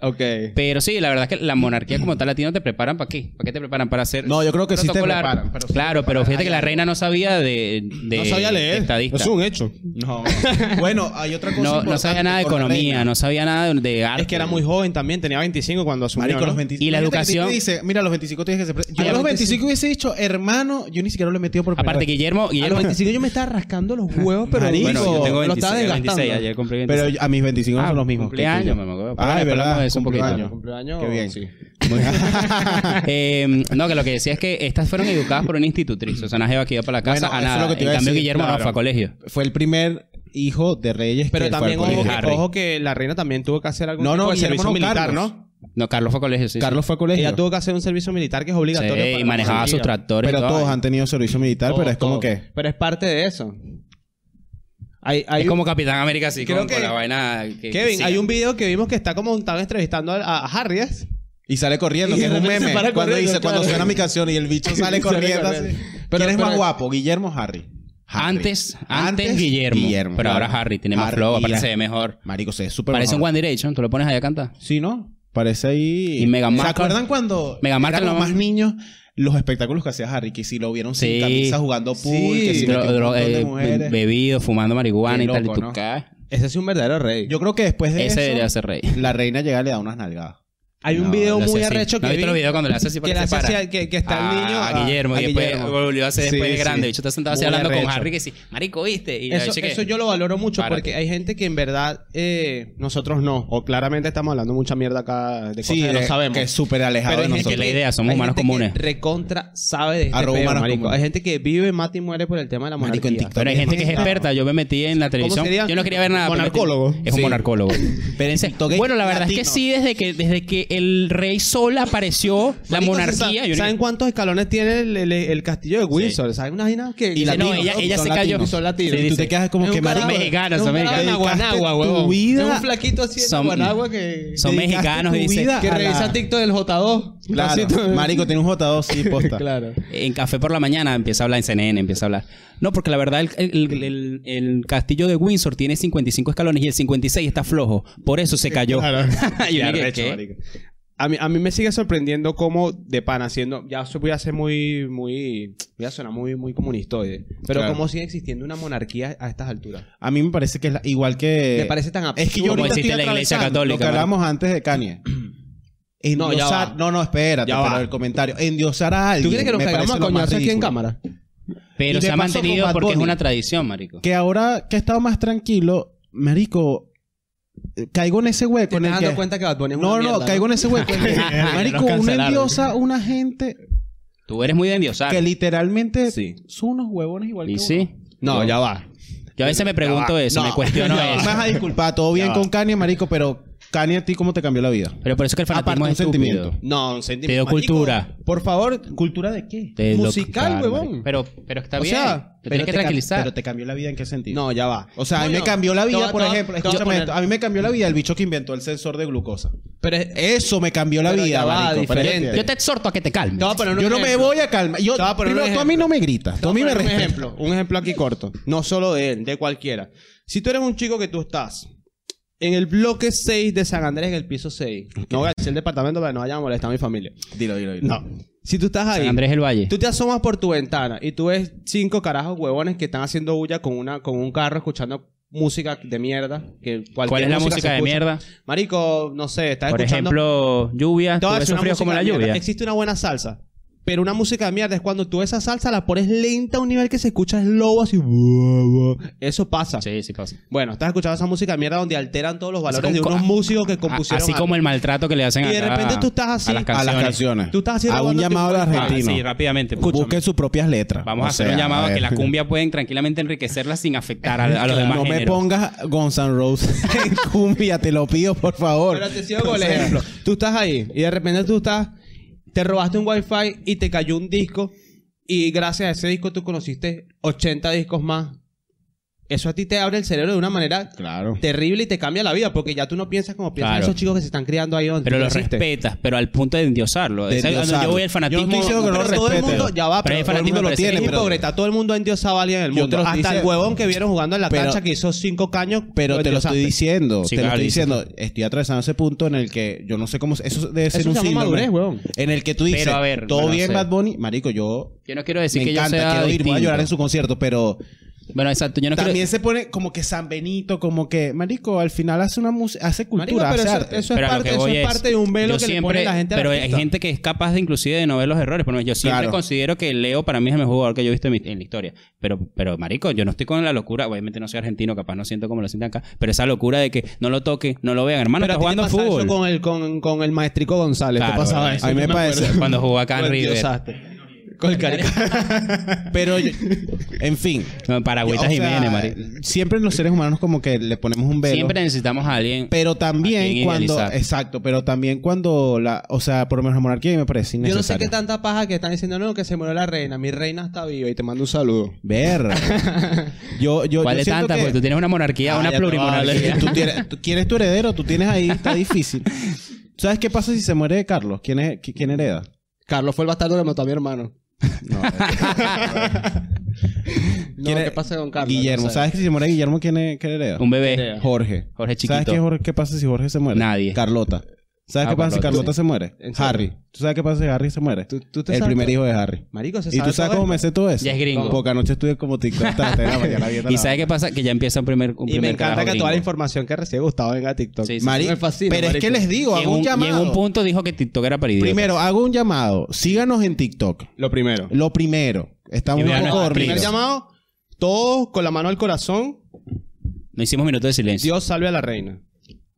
Speaker 3: Ok.
Speaker 4: Pero sí, la verdad es que la monarquía como tal a ti no te preparan para qué. ¿Para qué te preparan? Para ser
Speaker 2: No, yo creo que sí te
Speaker 4: protocolar.
Speaker 2: preparan, pero sí
Speaker 4: claro,
Speaker 2: te
Speaker 4: pero
Speaker 2: preparan.
Speaker 4: fíjate que la reina no sabía de, de
Speaker 3: no sabía leer.
Speaker 4: estadista.
Speaker 3: Es un hecho.
Speaker 2: No. bueno, hay otra cosa.
Speaker 4: No, no
Speaker 2: importante
Speaker 4: sabía nada de
Speaker 2: con la
Speaker 4: economía,
Speaker 2: reina.
Speaker 4: no sabía nada de, de arte.
Speaker 3: Es que era muy joven también, tenía 25 cuando asumió.
Speaker 2: Marico,
Speaker 3: ¿no?
Speaker 2: los 25.
Speaker 4: Y la
Speaker 2: Fíjate que
Speaker 4: educación-
Speaker 2: te dice, mira, a los 25 tienes que ser. pre- Yo
Speaker 4: A
Speaker 2: a
Speaker 4: los
Speaker 2: los 25 hubiese dicho, hermano, yo ni siquiera lo he metido por primera
Speaker 4: Aparte,
Speaker 2: vez.
Speaker 4: Guillermo,
Speaker 3: A
Speaker 4: Guillermo
Speaker 3: los 25 yo me estaba rascando los huevos, pero
Speaker 2: Marico.
Speaker 4: Bueno, yo tengo
Speaker 3: lo
Speaker 4: 26,
Speaker 3: estaba desgastando.
Speaker 4: 26, ayer cumplí 26.
Speaker 2: Pero yo- a mis 25 no
Speaker 4: Ah,
Speaker 2: son los mismos. que tú y yo.
Speaker 4: cumpleaños, me acuerdo.
Speaker 2: Ah,
Speaker 4: Pero
Speaker 2: es
Speaker 4: bueno, hablamos
Speaker 2: verdad.
Speaker 4: de eso un poquito.
Speaker 2: cumpleaños.
Speaker 3: Cumpleaños.
Speaker 2: Qué bien.
Speaker 3: Sí.
Speaker 2: Muy bien.
Speaker 4: *laughs* Eh, no, que lo que decía es que estas fueron educadas por una institutriz. O sea, una jeva que iba para la casa
Speaker 2: Bueno,
Speaker 4: a
Speaker 2: eso es
Speaker 4: nada.
Speaker 2: lo que te iba
Speaker 4: en
Speaker 2: a
Speaker 4: cambio,
Speaker 2: decir,
Speaker 4: Guillermo
Speaker 2: claro.
Speaker 4: no fue a colegio.
Speaker 2: *laughs* Fue el primer hijo de reyes
Speaker 3: Pero
Speaker 2: que fue
Speaker 3: también,
Speaker 2: al
Speaker 3: ojo
Speaker 2: colegio.
Speaker 3: que,
Speaker 4: Harry.
Speaker 3: ojo que la reina también tuvo que hacer algún
Speaker 2: No,
Speaker 3: tipo
Speaker 2: no,
Speaker 3: de
Speaker 2: Guillermo
Speaker 3: servicio
Speaker 2: no,
Speaker 3: militar,
Speaker 2: Carlos.
Speaker 3: ¿no?
Speaker 4: No, Carlos fue a colegio, sí. sí.
Speaker 2: Carlos fue al colegio.
Speaker 3: Ella tuvo que hacer un servicio militar que es
Speaker 4: Sí,
Speaker 3: obligatorio. para
Speaker 4: y
Speaker 3: la
Speaker 4: manejaba sus
Speaker 3: monarquía.
Speaker 4: tractores. y
Speaker 2: pero
Speaker 4: toda
Speaker 2: todos
Speaker 4: vaina.
Speaker 2: han tenido servicio militar,
Speaker 3: Todo,
Speaker 2: pero es como
Speaker 3: todo.
Speaker 2: que.
Speaker 3: Pero es parte de eso. Hay, hay
Speaker 4: Es como Capitán América, sí,
Speaker 3: Creo
Speaker 4: con,
Speaker 3: que-
Speaker 4: con la vaina. Que,
Speaker 3: *laughs* Kevin,
Speaker 4: que
Speaker 3: hay
Speaker 4: sí.
Speaker 3: un video que vimos que está como están entrevistando a, a Harry, ¿es?
Speaker 2: Y sale corriendo,
Speaker 3: Y
Speaker 2: que es
Speaker 3: de
Speaker 2: un
Speaker 3: repente
Speaker 2: meme.
Speaker 3: se para
Speaker 2: Cuando
Speaker 3: corriendo,
Speaker 2: dice, cuando
Speaker 3: claro.
Speaker 2: suena mi canción y el
Speaker 4: *laughs*
Speaker 2: bicho sale
Speaker 3: Sale
Speaker 2: corriendo. así.
Speaker 3: corriendo. Pero-
Speaker 2: ¿Quién es más
Speaker 3: pero-
Speaker 2: guapo, Guillermo o Harry? Harry.
Speaker 4: Antes, antes, Guillermo, Pero
Speaker 2: claro.
Speaker 4: ahora Harry tiene más
Speaker 2: Harry
Speaker 4: flow,
Speaker 2: y la-
Speaker 4: aparece mejor.
Speaker 2: Marico, se ve súper
Speaker 4: Parece un
Speaker 2: mejor.
Speaker 4: One Direction, tú lo pones ahí a cantar.
Speaker 2: Sí, ¿no? Parece ahí.
Speaker 4: Y
Speaker 2: ¿Se
Speaker 4: Meghan Markle.
Speaker 2: acuerdan cuando
Speaker 4: Meghan Markle
Speaker 2: éramos
Speaker 4: no-
Speaker 2: más niños? Los espectáculos que hacía Harry, que si lo vieron sin
Speaker 4: Sí.
Speaker 2: camisa jugando pool, que si
Speaker 4: Dro-
Speaker 2: metió un
Speaker 4: dro-
Speaker 2: montón de
Speaker 4: eh,
Speaker 2: mujeres.
Speaker 4: bebido, fumando marihuana
Speaker 2: Qué
Speaker 4: y tal.
Speaker 2: loco,
Speaker 4: y tú
Speaker 2: ¿no?
Speaker 4: caes.
Speaker 3: Ese es un verdadero rey.
Speaker 2: Yo creo que después de
Speaker 4: Ese debería
Speaker 2: eso,
Speaker 4: ser rey.
Speaker 2: la reina llega y le da unas nalgadas.
Speaker 3: hay un
Speaker 4: No,
Speaker 3: video
Speaker 4: lo hace
Speaker 3: muy
Speaker 4: así.
Speaker 3: arrecho
Speaker 4: ¿No
Speaker 3: que
Speaker 4: viste los
Speaker 3: vi
Speaker 4: videos cuando le hace así
Speaker 3: que,
Speaker 4: para
Speaker 3: le
Speaker 4: que se
Speaker 3: hace así
Speaker 4: para?
Speaker 3: a- que, que está
Speaker 4: Ah,
Speaker 3: el niño
Speaker 4: a Guillermo y después
Speaker 3: Guillermo.
Speaker 4: volvió a hacer
Speaker 2: Sí,
Speaker 4: después de
Speaker 2: sí.
Speaker 4: grande. De hecho, está sentado así
Speaker 3: Muy
Speaker 4: hablando con
Speaker 3: arrecho.
Speaker 4: Harry que sí, marico, ¿viste? Y la
Speaker 3: Eso,
Speaker 4: bicha que-
Speaker 3: eso yo lo valoro mucho
Speaker 4: Párate.
Speaker 3: porque hay gente que en verdad eh, nosotros no. O claramente estamos hablando mucha mierda acá de cosas que no
Speaker 2: de-
Speaker 3: sabemos.
Speaker 2: eh, que es súper alejado
Speaker 3: Pero
Speaker 2: de
Speaker 3: hay gente
Speaker 2: nosotros.
Speaker 4: que la idea, somos
Speaker 3: hay
Speaker 4: humanos
Speaker 3: gente
Speaker 4: comunes.
Speaker 3: Que recontra sabe de este
Speaker 2: Arroba
Speaker 3: peo,
Speaker 2: humanos
Speaker 3: marico.
Speaker 2: comunes.
Speaker 3: Hay gente que vive, mata y muere por el tema de la
Speaker 2: Marico,
Speaker 3: monarquía.
Speaker 2: en TikTok.
Speaker 4: Pero hay gente que es
Speaker 2: Claro.
Speaker 4: experta. Yo me metí en la televisión.
Speaker 3: sería?
Speaker 4: Yo no quería ver nada. pero me metí-
Speaker 3: Monarcólogo.
Speaker 4: Es un
Speaker 2: Sí.
Speaker 4: monarcólogo.
Speaker 2: *laughs* Pero en
Speaker 4: Sí.
Speaker 2: TikTok hay
Speaker 4: Bueno, la verdad es
Speaker 2: latinos.
Speaker 4: que sí, desde que, desde que el rey Sol apareció, la
Speaker 3: Marico,
Speaker 4: monarquía.
Speaker 3: ¿saben-
Speaker 4: yo-
Speaker 3: ¿Saben cuántos escalones tiene el, el- el castillo de Windsor? ¿Saben una vaina que
Speaker 2: Y
Speaker 3: que-
Speaker 4: Dice,
Speaker 2: latinos,
Speaker 4: no, ella,
Speaker 2: ¿no?
Speaker 4: ella
Speaker 2: Son
Speaker 4: se cayó.
Speaker 2: latinos.
Speaker 3: son
Speaker 2: Y
Speaker 3: latinos?
Speaker 2: tú te quedas como
Speaker 3: Es
Speaker 2: que
Speaker 3: un
Speaker 2: marico,
Speaker 3: carajo.
Speaker 4: mexicanos,
Speaker 3: Es un
Speaker 4: son
Speaker 3: carajo de
Speaker 4: mexicanos.
Speaker 3: Guanajuato,
Speaker 2: Dedicaste tu
Speaker 3: huevón.
Speaker 2: vida-
Speaker 3: Es un flaquito así de
Speaker 4: Son-
Speaker 3: Guanagua que...
Speaker 4: Son
Speaker 2: dedicaste
Speaker 4: mexicanos,
Speaker 2: tu
Speaker 4: dice.
Speaker 2: vida
Speaker 3: Que
Speaker 2: a la-
Speaker 3: revisa TikTok del J2. *laughs*
Speaker 2: Claro,
Speaker 3: Así
Speaker 2: *laughs*
Speaker 3: todo-
Speaker 2: marico, tiene un J2,
Speaker 3: *laughs*
Speaker 2: sí, posta.
Speaker 3: Claro.
Speaker 4: En Café por la Mañana empieza a hablar en CNN, empieza a hablar. No, porque la verdad el, el- el- el castillo de Windsor tiene 55 escalones y el 56 está flojo. Por eso se cayó.
Speaker 2: Claro.
Speaker 4: *laughs* Y yo
Speaker 2: Qué
Speaker 4: dije,
Speaker 2: arrecho,
Speaker 4: ¿qué?
Speaker 2: marico.
Speaker 3: A mí, a mí me sigue sorprendiendo cómo de pan haciendo. Ya so- voy a ser muy, muy. Voy a sonar muy, muy comunistoide. Pero
Speaker 2: Claro.
Speaker 3: cómo sigue existiendo una monarquía a estas alturas.
Speaker 2: A mí me parece que es la- igual que.
Speaker 3: Me parece tan absurdo.
Speaker 2: Eh, Es que yo
Speaker 4: Como
Speaker 2: ahorita
Speaker 4: existe
Speaker 2: estoy
Speaker 4: la Iglesia
Speaker 2: atravesando
Speaker 4: Católica,
Speaker 2: Lo que
Speaker 4: marico.
Speaker 2: hablábamos antes de
Speaker 3: *clears throat*
Speaker 2: Kanye.
Speaker 3: No, ya
Speaker 2: Endiosar-
Speaker 3: va.
Speaker 2: no, no, espérate,
Speaker 3: Ya
Speaker 2: pero
Speaker 3: va.
Speaker 2: el comentario. Endiosar a alguien.
Speaker 3: ¿Tú crees que nos
Speaker 2: me
Speaker 3: cagamos a
Speaker 2: parece lo más
Speaker 3: coñazo aquí en
Speaker 2: ridículo.
Speaker 3: cámara?
Speaker 4: Pero
Speaker 2: Y
Speaker 4: se
Speaker 2: de
Speaker 4: ha
Speaker 2: paso con
Speaker 4: mantenido
Speaker 2: Bad
Speaker 4: porque es
Speaker 2: Bunny.
Speaker 4: una tradición, marico.
Speaker 2: Que ahora que he estado más tranquilo, marico, eh, caigo en ese hueco.
Speaker 3: ¿Te
Speaker 2: en el
Speaker 3: estás dando
Speaker 2: que-
Speaker 3: cuenta que Bad Bunny es una
Speaker 2: no,
Speaker 3: mierda,
Speaker 2: no, caigo en ese hueco.
Speaker 3: *laughs*
Speaker 2: en el que, marico,
Speaker 3: Nos
Speaker 2: una
Speaker 3: cancelaron.
Speaker 2: endiosa, una gente
Speaker 4: Tú eres muy de endiosar.
Speaker 2: que literalmente
Speaker 3: Sí.
Speaker 2: este son unos huevones igual
Speaker 4: Y
Speaker 2: que
Speaker 4: sí.
Speaker 3: No, ya va.
Speaker 4: Yo a veces me pregunto eso, me
Speaker 2: *laughs*
Speaker 4: cuestiono
Speaker 2: uno. Me
Speaker 4: eso.
Speaker 2: vas a disculpar, todo bien
Speaker 3: Ya va.
Speaker 2: con Kanye, marico, pero Kanye a ti cómo te cambió la vida.
Speaker 4: Pero por eso es que el
Speaker 2: Aparte
Speaker 4: fanatismo
Speaker 2: un
Speaker 4: es estúpido.
Speaker 2: sentimiento.
Speaker 3: No, un sentimiento.
Speaker 4: Te dio
Speaker 3: marico.
Speaker 4: cultura.
Speaker 3: Por favor, ¿cultura de qué?
Speaker 4: Te lo-
Speaker 3: Musical,
Speaker 4: claro,
Speaker 3: huevón.
Speaker 4: marico. Pero, pero está
Speaker 3: O
Speaker 4: bien.
Speaker 3: sea,
Speaker 4: te tienes que
Speaker 2: te cam-
Speaker 4: tranquilizar.
Speaker 2: Pero te cambió la vida en qué sentido.
Speaker 3: No, ya va.
Speaker 2: O sea, a mí
Speaker 3: Coño,
Speaker 2: me cambió la
Speaker 3: te
Speaker 2: vida,
Speaker 3: voy a-
Speaker 2: por
Speaker 3: te voy a-
Speaker 2: ejemplo.
Speaker 3: te voy a
Speaker 2: Escúchame
Speaker 3: poner-
Speaker 2: esto. A mí me cambió la vida el bicho que inventó el sensor de glucosa.
Speaker 3: Pero es-
Speaker 2: Eso me cambió la
Speaker 3: Pero
Speaker 2: vida,
Speaker 3: ya va,
Speaker 2: marico. pero
Speaker 3: diferente.
Speaker 2: entiendes.
Speaker 4: Yo te exhorto a que te calmes.
Speaker 3: te voy a poner un
Speaker 2: Yo no me
Speaker 3: ejemplo.
Speaker 2: voy a calmar. Yo,
Speaker 3: Te voy a poner un
Speaker 2: primero, tú a mí
Speaker 3: ejemplo.
Speaker 2: no me gritas. Tú a mí me
Speaker 3: Poner un
Speaker 2: respetas.
Speaker 3: ejemplo, un ejemplo aquí corto, no solo de él, de cualquiera. Si tú eres un chico que tú estás en el bloque 6 de San Andrés, en el piso 6, no voy a decir el departamento para que no vaya a molestar a mi familia.
Speaker 2: Dilo, dilo, dilo.
Speaker 3: No. Si tú estás ahí,
Speaker 4: San Andrés del Valle.
Speaker 3: tú te asomas por tu ventana y tú ves cinco carajos huevones que están haciendo bulla con, una, con un carro escuchando música de mierda. Que cualquier
Speaker 4: ¿Cuál es la
Speaker 3: música se
Speaker 4: música de
Speaker 3: escucha.
Speaker 4: mierda?
Speaker 3: Marico, no sé, estás
Speaker 4: Por
Speaker 3: escuchando...
Speaker 4: ejemplo, lluvia.
Speaker 3: Te voy a
Speaker 4: Tuve
Speaker 3: decir una
Speaker 4: frío como
Speaker 3: música
Speaker 4: la
Speaker 3: de mierda.
Speaker 4: lluvia.
Speaker 3: Existe una buena salsa. Pero una música de mierda es cuando tú esa salsa la pones lenta a un nivel que se escucha lobo así. buah, buah. Eso pasa.
Speaker 4: Sí, sí pasa.
Speaker 3: Bueno, estás escuchando esa música de mierda donde alteran todos los valores
Speaker 4: como
Speaker 3: de
Speaker 4: co-
Speaker 3: unos músicos que
Speaker 4: A-
Speaker 3: compusieron.
Speaker 4: Así como el maltrato que le hacen
Speaker 3: Y de
Speaker 4: acá
Speaker 3: repente tú estás así,
Speaker 4: a las
Speaker 2: A
Speaker 4: canciones.
Speaker 2: las canciones.
Speaker 3: Tú estás haciendo
Speaker 2: Hago un
Speaker 3: cuando te
Speaker 2: llamado al
Speaker 3: encuentras-
Speaker 4: Ah,
Speaker 2: argentino.
Speaker 4: sí, rápidamente. escúchame.
Speaker 2: Busque sus propias letras.
Speaker 4: Vamos
Speaker 2: O
Speaker 4: a hacer
Speaker 2: sea,
Speaker 4: un llamado a
Speaker 2: ver.
Speaker 4: que la cumbia pueden tranquilamente enriquecerla sin afectar
Speaker 2: *laughs*
Speaker 4: a, a los demás
Speaker 2: No me
Speaker 4: géneros.
Speaker 2: pongas Guns N' Roses *laughs* en cumbia, te lo pido, por favor.
Speaker 3: Pero te sigo con el ejemplo. Tú estás ahí y de repente tú estás. Te robaste un wifi y te cayó un disco. Y gracias a ese disco tú conociste 80 discos más. Eso a ti te abre el cerebro de una manera
Speaker 2: Claro.
Speaker 3: terrible y te cambia la vida porque ya tú no piensas como piensan
Speaker 4: Claro.
Speaker 3: esos chicos que se están criando ahí donde
Speaker 4: Pero
Speaker 3: tú
Speaker 4: lo
Speaker 3: creciste.
Speaker 4: respetas, pero al punto de endiosarlo.
Speaker 2: De
Speaker 4: Es ahí donde
Speaker 2: endiosarlo.
Speaker 4: yo voy
Speaker 2: Yo
Speaker 4: al
Speaker 2: no
Speaker 4: fanatismo.
Speaker 2: estoy diciendo que no
Speaker 3: Pero todo el
Speaker 2: respete.
Speaker 3: mundo ya
Speaker 4: Pero
Speaker 3: va, pero,
Speaker 4: hay
Speaker 3: todo el
Speaker 4: fanatismo,
Speaker 3: mundo lo
Speaker 4: pero sí
Speaker 3: tiene,
Speaker 4: es
Speaker 3: pero
Speaker 2: hipócrita.
Speaker 3: todo el mundo ha endiosado a alguien en el
Speaker 2: Yo
Speaker 3: mundo.
Speaker 2: te lo
Speaker 3: Hasta
Speaker 2: estoy
Speaker 3: el
Speaker 2: diciendo-
Speaker 3: huevón que vieron jugando en la
Speaker 2: Pero-
Speaker 3: cancha que hizo cinco caños,
Speaker 2: Pero te lo estoy
Speaker 3: endiosaste.
Speaker 2: diciendo,
Speaker 4: Sí,
Speaker 2: te
Speaker 4: claro,
Speaker 2: lo estoy
Speaker 4: dice.
Speaker 2: diciendo. Estoy atravesando ese punto en el que yo no sé cómo. Eso debe ser
Speaker 3: Eso
Speaker 2: un
Speaker 3: se llama
Speaker 2: síndrome.
Speaker 3: madurez, huevón.
Speaker 2: En el que tú dices,
Speaker 4: Pero, a ver,
Speaker 2: todo
Speaker 4: bueno,
Speaker 2: bien,
Speaker 4: sé.
Speaker 2: Bad Bunny. Marico, yo.
Speaker 4: Yo no quiero decir
Speaker 2: me
Speaker 4: que yo
Speaker 2: encanta,
Speaker 4: sea
Speaker 2: quiero ir, voy a
Speaker 4: distinto.
Speaker 2: llorar en su concierto, pero
Speaker 4: Bueno, exacto. Yo no
Speaker 2: también
Speaker 4: quiero...
Speaker 2: se pone como que San Benito, como que, Marico, al final hace una música, hace
Speaker 3: Marico,
Speaker 2: cultura, hace
Speaker 3: pero eso,
Speaker 2: arte.
Speaker 3: eso es,
Speaker 4: Pero a lo
Speaker 3: parte,
Speaker 4: que
Speaker 3: eso
Speaker 4: voy
Speaker 3: es parte de un velo
Speaker 4: yo
Speaker 3: que
Speaker 4: siempre-
Speaker 3: le pone la gente al
Speaker 4: Pero hay
Speaker 3: artista.
Speaker 4: gente que es capaz de inclusive de no ver los errores. Por ejemplo, yo siempre
Speaker 2: Claro.
Speaker 4: considero que Leo para mí es el mejor jugador que yo he visto en, mi- en la historia. Pero, pero, marico, yo no estoy con la locura. Obviamente no soy argentino, capaz no siento como lo sienten acá. Pero esa locura de que no lo toque, Ah, no lo vean. Hermano,
Speaker 3: Pero a
Speaker 4: está
Speaker 3: ti te
Speaker 4: jugando
Speaker 3: pasa
Speaker 4: fútbol.
Speaker 3: eso con el, con, con el maestrico González.
Speaker 4: Claro,
Speaker 3: ¿Qué pasaba
Speaker 4: bueno,
Speaker 3: eso?
Speaker 2: a mí
Speaker 3: Yo
Speaker 2: me parece-
Speaker 3: acuerdo.
Speaker 4: Cuando jugó acá en
Speaker 3: Lo
Speaker 4: River.
Speaker 3: endiosaste. Con el carica.
Speaker 4: *laughs*
Speaker 2: Pero, yo- en fin.
Speaker 4: No, Paragüitas
Speaker 2: O sea,
Speaker 4: Jiménez, marico.
Speaker 2: Siempre los seres humanos como que le ponemos un velo.
Speaker 4: Siempre necesitamos a alguien.
Speaker 2: Pero
Speaker 4: A
Speaker 2: también
Speaker 4: quien
Speaker 2: cuando...
Speaker 4: idealizar.
Speaker 2: Exacto, pero también cuando la... O sea, por lo menos la monarquía a mí me parece
Speaker 3: Yo no sé
Speaker 2: innecesario.
Speaker 3: qué tanta paja que están diciendo, no, que se murió la reina. Mi reina está viva y te mando un saludo.
Speaker 4: *laughs*
Speaker 2: Ver. yo, yo,
Speaker 4: ¿Cuál
Speaker 2: yo
Speaker 4: de
Speaker 2: siento
Speaker 4: tantas?
Speaker 2: que- Ah,
Speaker 4: Porque tú tienes una monarquía, una
Speaker 2: Cállate,
Speaker 4: plurimonarquía.
Speaker 2: vale. Tú tienes, tú- ¿Quién es tu heredero? Tú tienes ahí, está difícil. ¿Sabes qué pasa si se muere Carlos? ¿Quién, es, qui- quién hereda?
Speaker 3: Carlos fue el bastardo que mató a mi hermano.
Speaker 2: No,
Speaker 3: No,
Speaker 2: ¿Quién es-
Speaker 3: ¿qué pasa con Carlos?
Speaker 2: Guillermo.
Speaker 3: No sé.
Speaker 2: ¿Sabes que si se muere Guillermo, quién, es, quién hereda?
Speaker 4: *laughs* Un bebé.
Speaker 3: Creo.
Speaker 2: Jorge.
Speaker 4: Jorge
Speaker 2: ¿Sabes
Speaker 4: chiquito.
Speaker 2: qué, Jorge- qué pasa si Jorge se muere?
Speaker 4: Nadie.
Speaker 2: Carlota. ¿Sabes
Speaker 4: Ah,
Speaker 2: qué pasa si
Speaker 4: Carlota,
Speaker 2: Carlota
Speaker 4: sí.
Speaker 2: se muere?
Speaker 3: ¿En serio?
Speaker 2: Harry. ¿Tú sabes qué pasa si Harry se muere?
Speaker 3: ¿Tú- tú te
Speaker 2: El
Speaker 3: sabes
Speaker 2: primer
Speaker 3: todo?
Speaker 2: hijo de Harry.
Speaker 3: Marico, se
Speaker 2: ¿Y tú
Speaker 3: sabe
Speaker 2: sabes
Speaker 3: todo
Speaker 2: cómo me
Speaker 3: esto.
Speaker 2: sé todo eso?
Speaker 4: Ya es gringo.
Speaker 2: ¿Cómo? Porque anoche estuve como TikTok hasta las tres de la
Speaker 3: *laughs*
Speaker 2: mañana viendo
Speaker 4: ¿Y
Speaker 2: la-
Speaker 4: sabes qué pasa? Que ya empieza un primer un
Speaker 3: Y me
Speaker 4: primer
Speaker 3: encanta
Speaker 4: carajo
Speaker 3: que toda la
Speaker 4: gringo.
Speaker 3: información que recibe Gustavo venga a TikTok.
Speaker 4: Sí, sí,
Speaker 2: Mari-
Speaker 3: Me fascina,
Speaker 2: Pero es que
Speaker 3: marico.
Speaker 2: les digo,
Speaker 4: Y en
Speaker 2: hago un,
Speaker 4: un, y en
Speaker 2: llamado.
Speaker 4: un punto dijo que TikTok era para idiotas.
Speaker 2: Primero, hago un llamado. Síganos en TikTok.
Speaker 3: Lo primero.
Speaker 2: Lo primero. Estamos
Speaker 4: Y
Speaker 2: un
Speaker 4: vean
Speaker 2: poco
Speaker 4: nuestro
Speaker 3: El primer
Speaker 2: dormidos.
Speaker 3: llamado, todos con la mano al corazón,
Speaker 4: No hicimos minuto de silencio.
Speaker 3: Dios salve a la reina.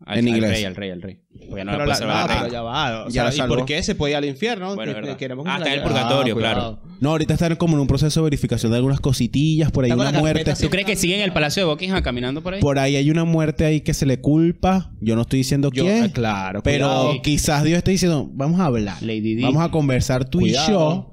Speaker 4: Al,
Speaker 2: en
Speaker 4: al
Speaker 2: inglés.
Speaker 4: rey, al rey, al rey. Porque no la
Speaker 3: pero la,
Speaker 4: puede salvar
Speaker 3: ah,
Speaker 4: al rey.
Speaker 3: pero ya va. o
Speaker 2: Ya
Speaker 3: sea,
Speaker 2: la
Speaker 3: ¿Y
Speaker 2: salvó.
Speaker 3: por qué se puede ir al infierno?
Speaker 4: Bueno, es
Speaker 3: Que-
Speaker 4: verdad.
Speaker 3: queremos
Speaker 4: Ah,
Speaker 3: que
Speaker 4: está
Speaker 3: la-
Speaker 4: en el purgatorio,
Speaker 3: cuidado.
Speaker 2: No, ahorita están como en un proceso de verificación de algunas cositillas. Por ahí
Speaker 3: Está con
Speaker 2: una
Speaker 3: la carpeta
Speaker 2: muerte.
Speaker 4: ¿Tú crees que sigue en el palacio de Buckingham caminando por ahí?
Speaker 2: Por ahí hay una muerte ahí que se le culpa. Yo no estoy diciendo
Speaker 3: Yo-
Speaker 2: quién.
Speaker 3: ah, claro,
Speaker 2: pero
Speaker 3: cuidado.
Speaker 2: quizás Dios esté diciendo, vamos a hablar.
Speaker 4: Lady Di.
Speaker 2: Vamos a conversar tú y yo.
Speaker 3: Cuidado.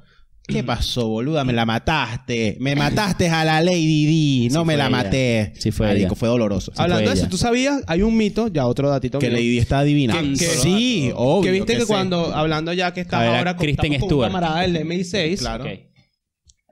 Speaker 2: ¿Qué pasó, boluda? Me la mataste. Me mataste a la Lady D. No
Speaker 4: Sí
Speaker 2: me
Speaker 4: fue
Speaker 2: la
Speaker 4: ella.
Speaker 2: maté.
Speaker 4: Sí fue
Speaker 2: Marico,
Speaker 4: ella.
Speaker 2: fue doloroso.
Speaker 4: Sí
Speaker 3: Hablando
Speaker 4: fue
Speaker 3: de eso,
Speaker 4: ella.
Speaker 3: ¿tú sabías? Hay un mito, ya otro datito.
Speaker 2: que
Speaker 3: mío.
Speaker 2: Lady D está divina.
Speaker 4: Que- que-
Speaker 2: sí, obvio.
Speaker 3: que viste que,
Speaker 2: sí.
Speaker 3: cuando, hablando ya que estás
Speaker 4: A ver, a
Speaker 3: ahora con,
Speaker 4: Kristen
Speaker 3: estamos con un
Speaker 4: Stewart.
Speaker 3: camarada del MI6,
Speaker 4: Ok.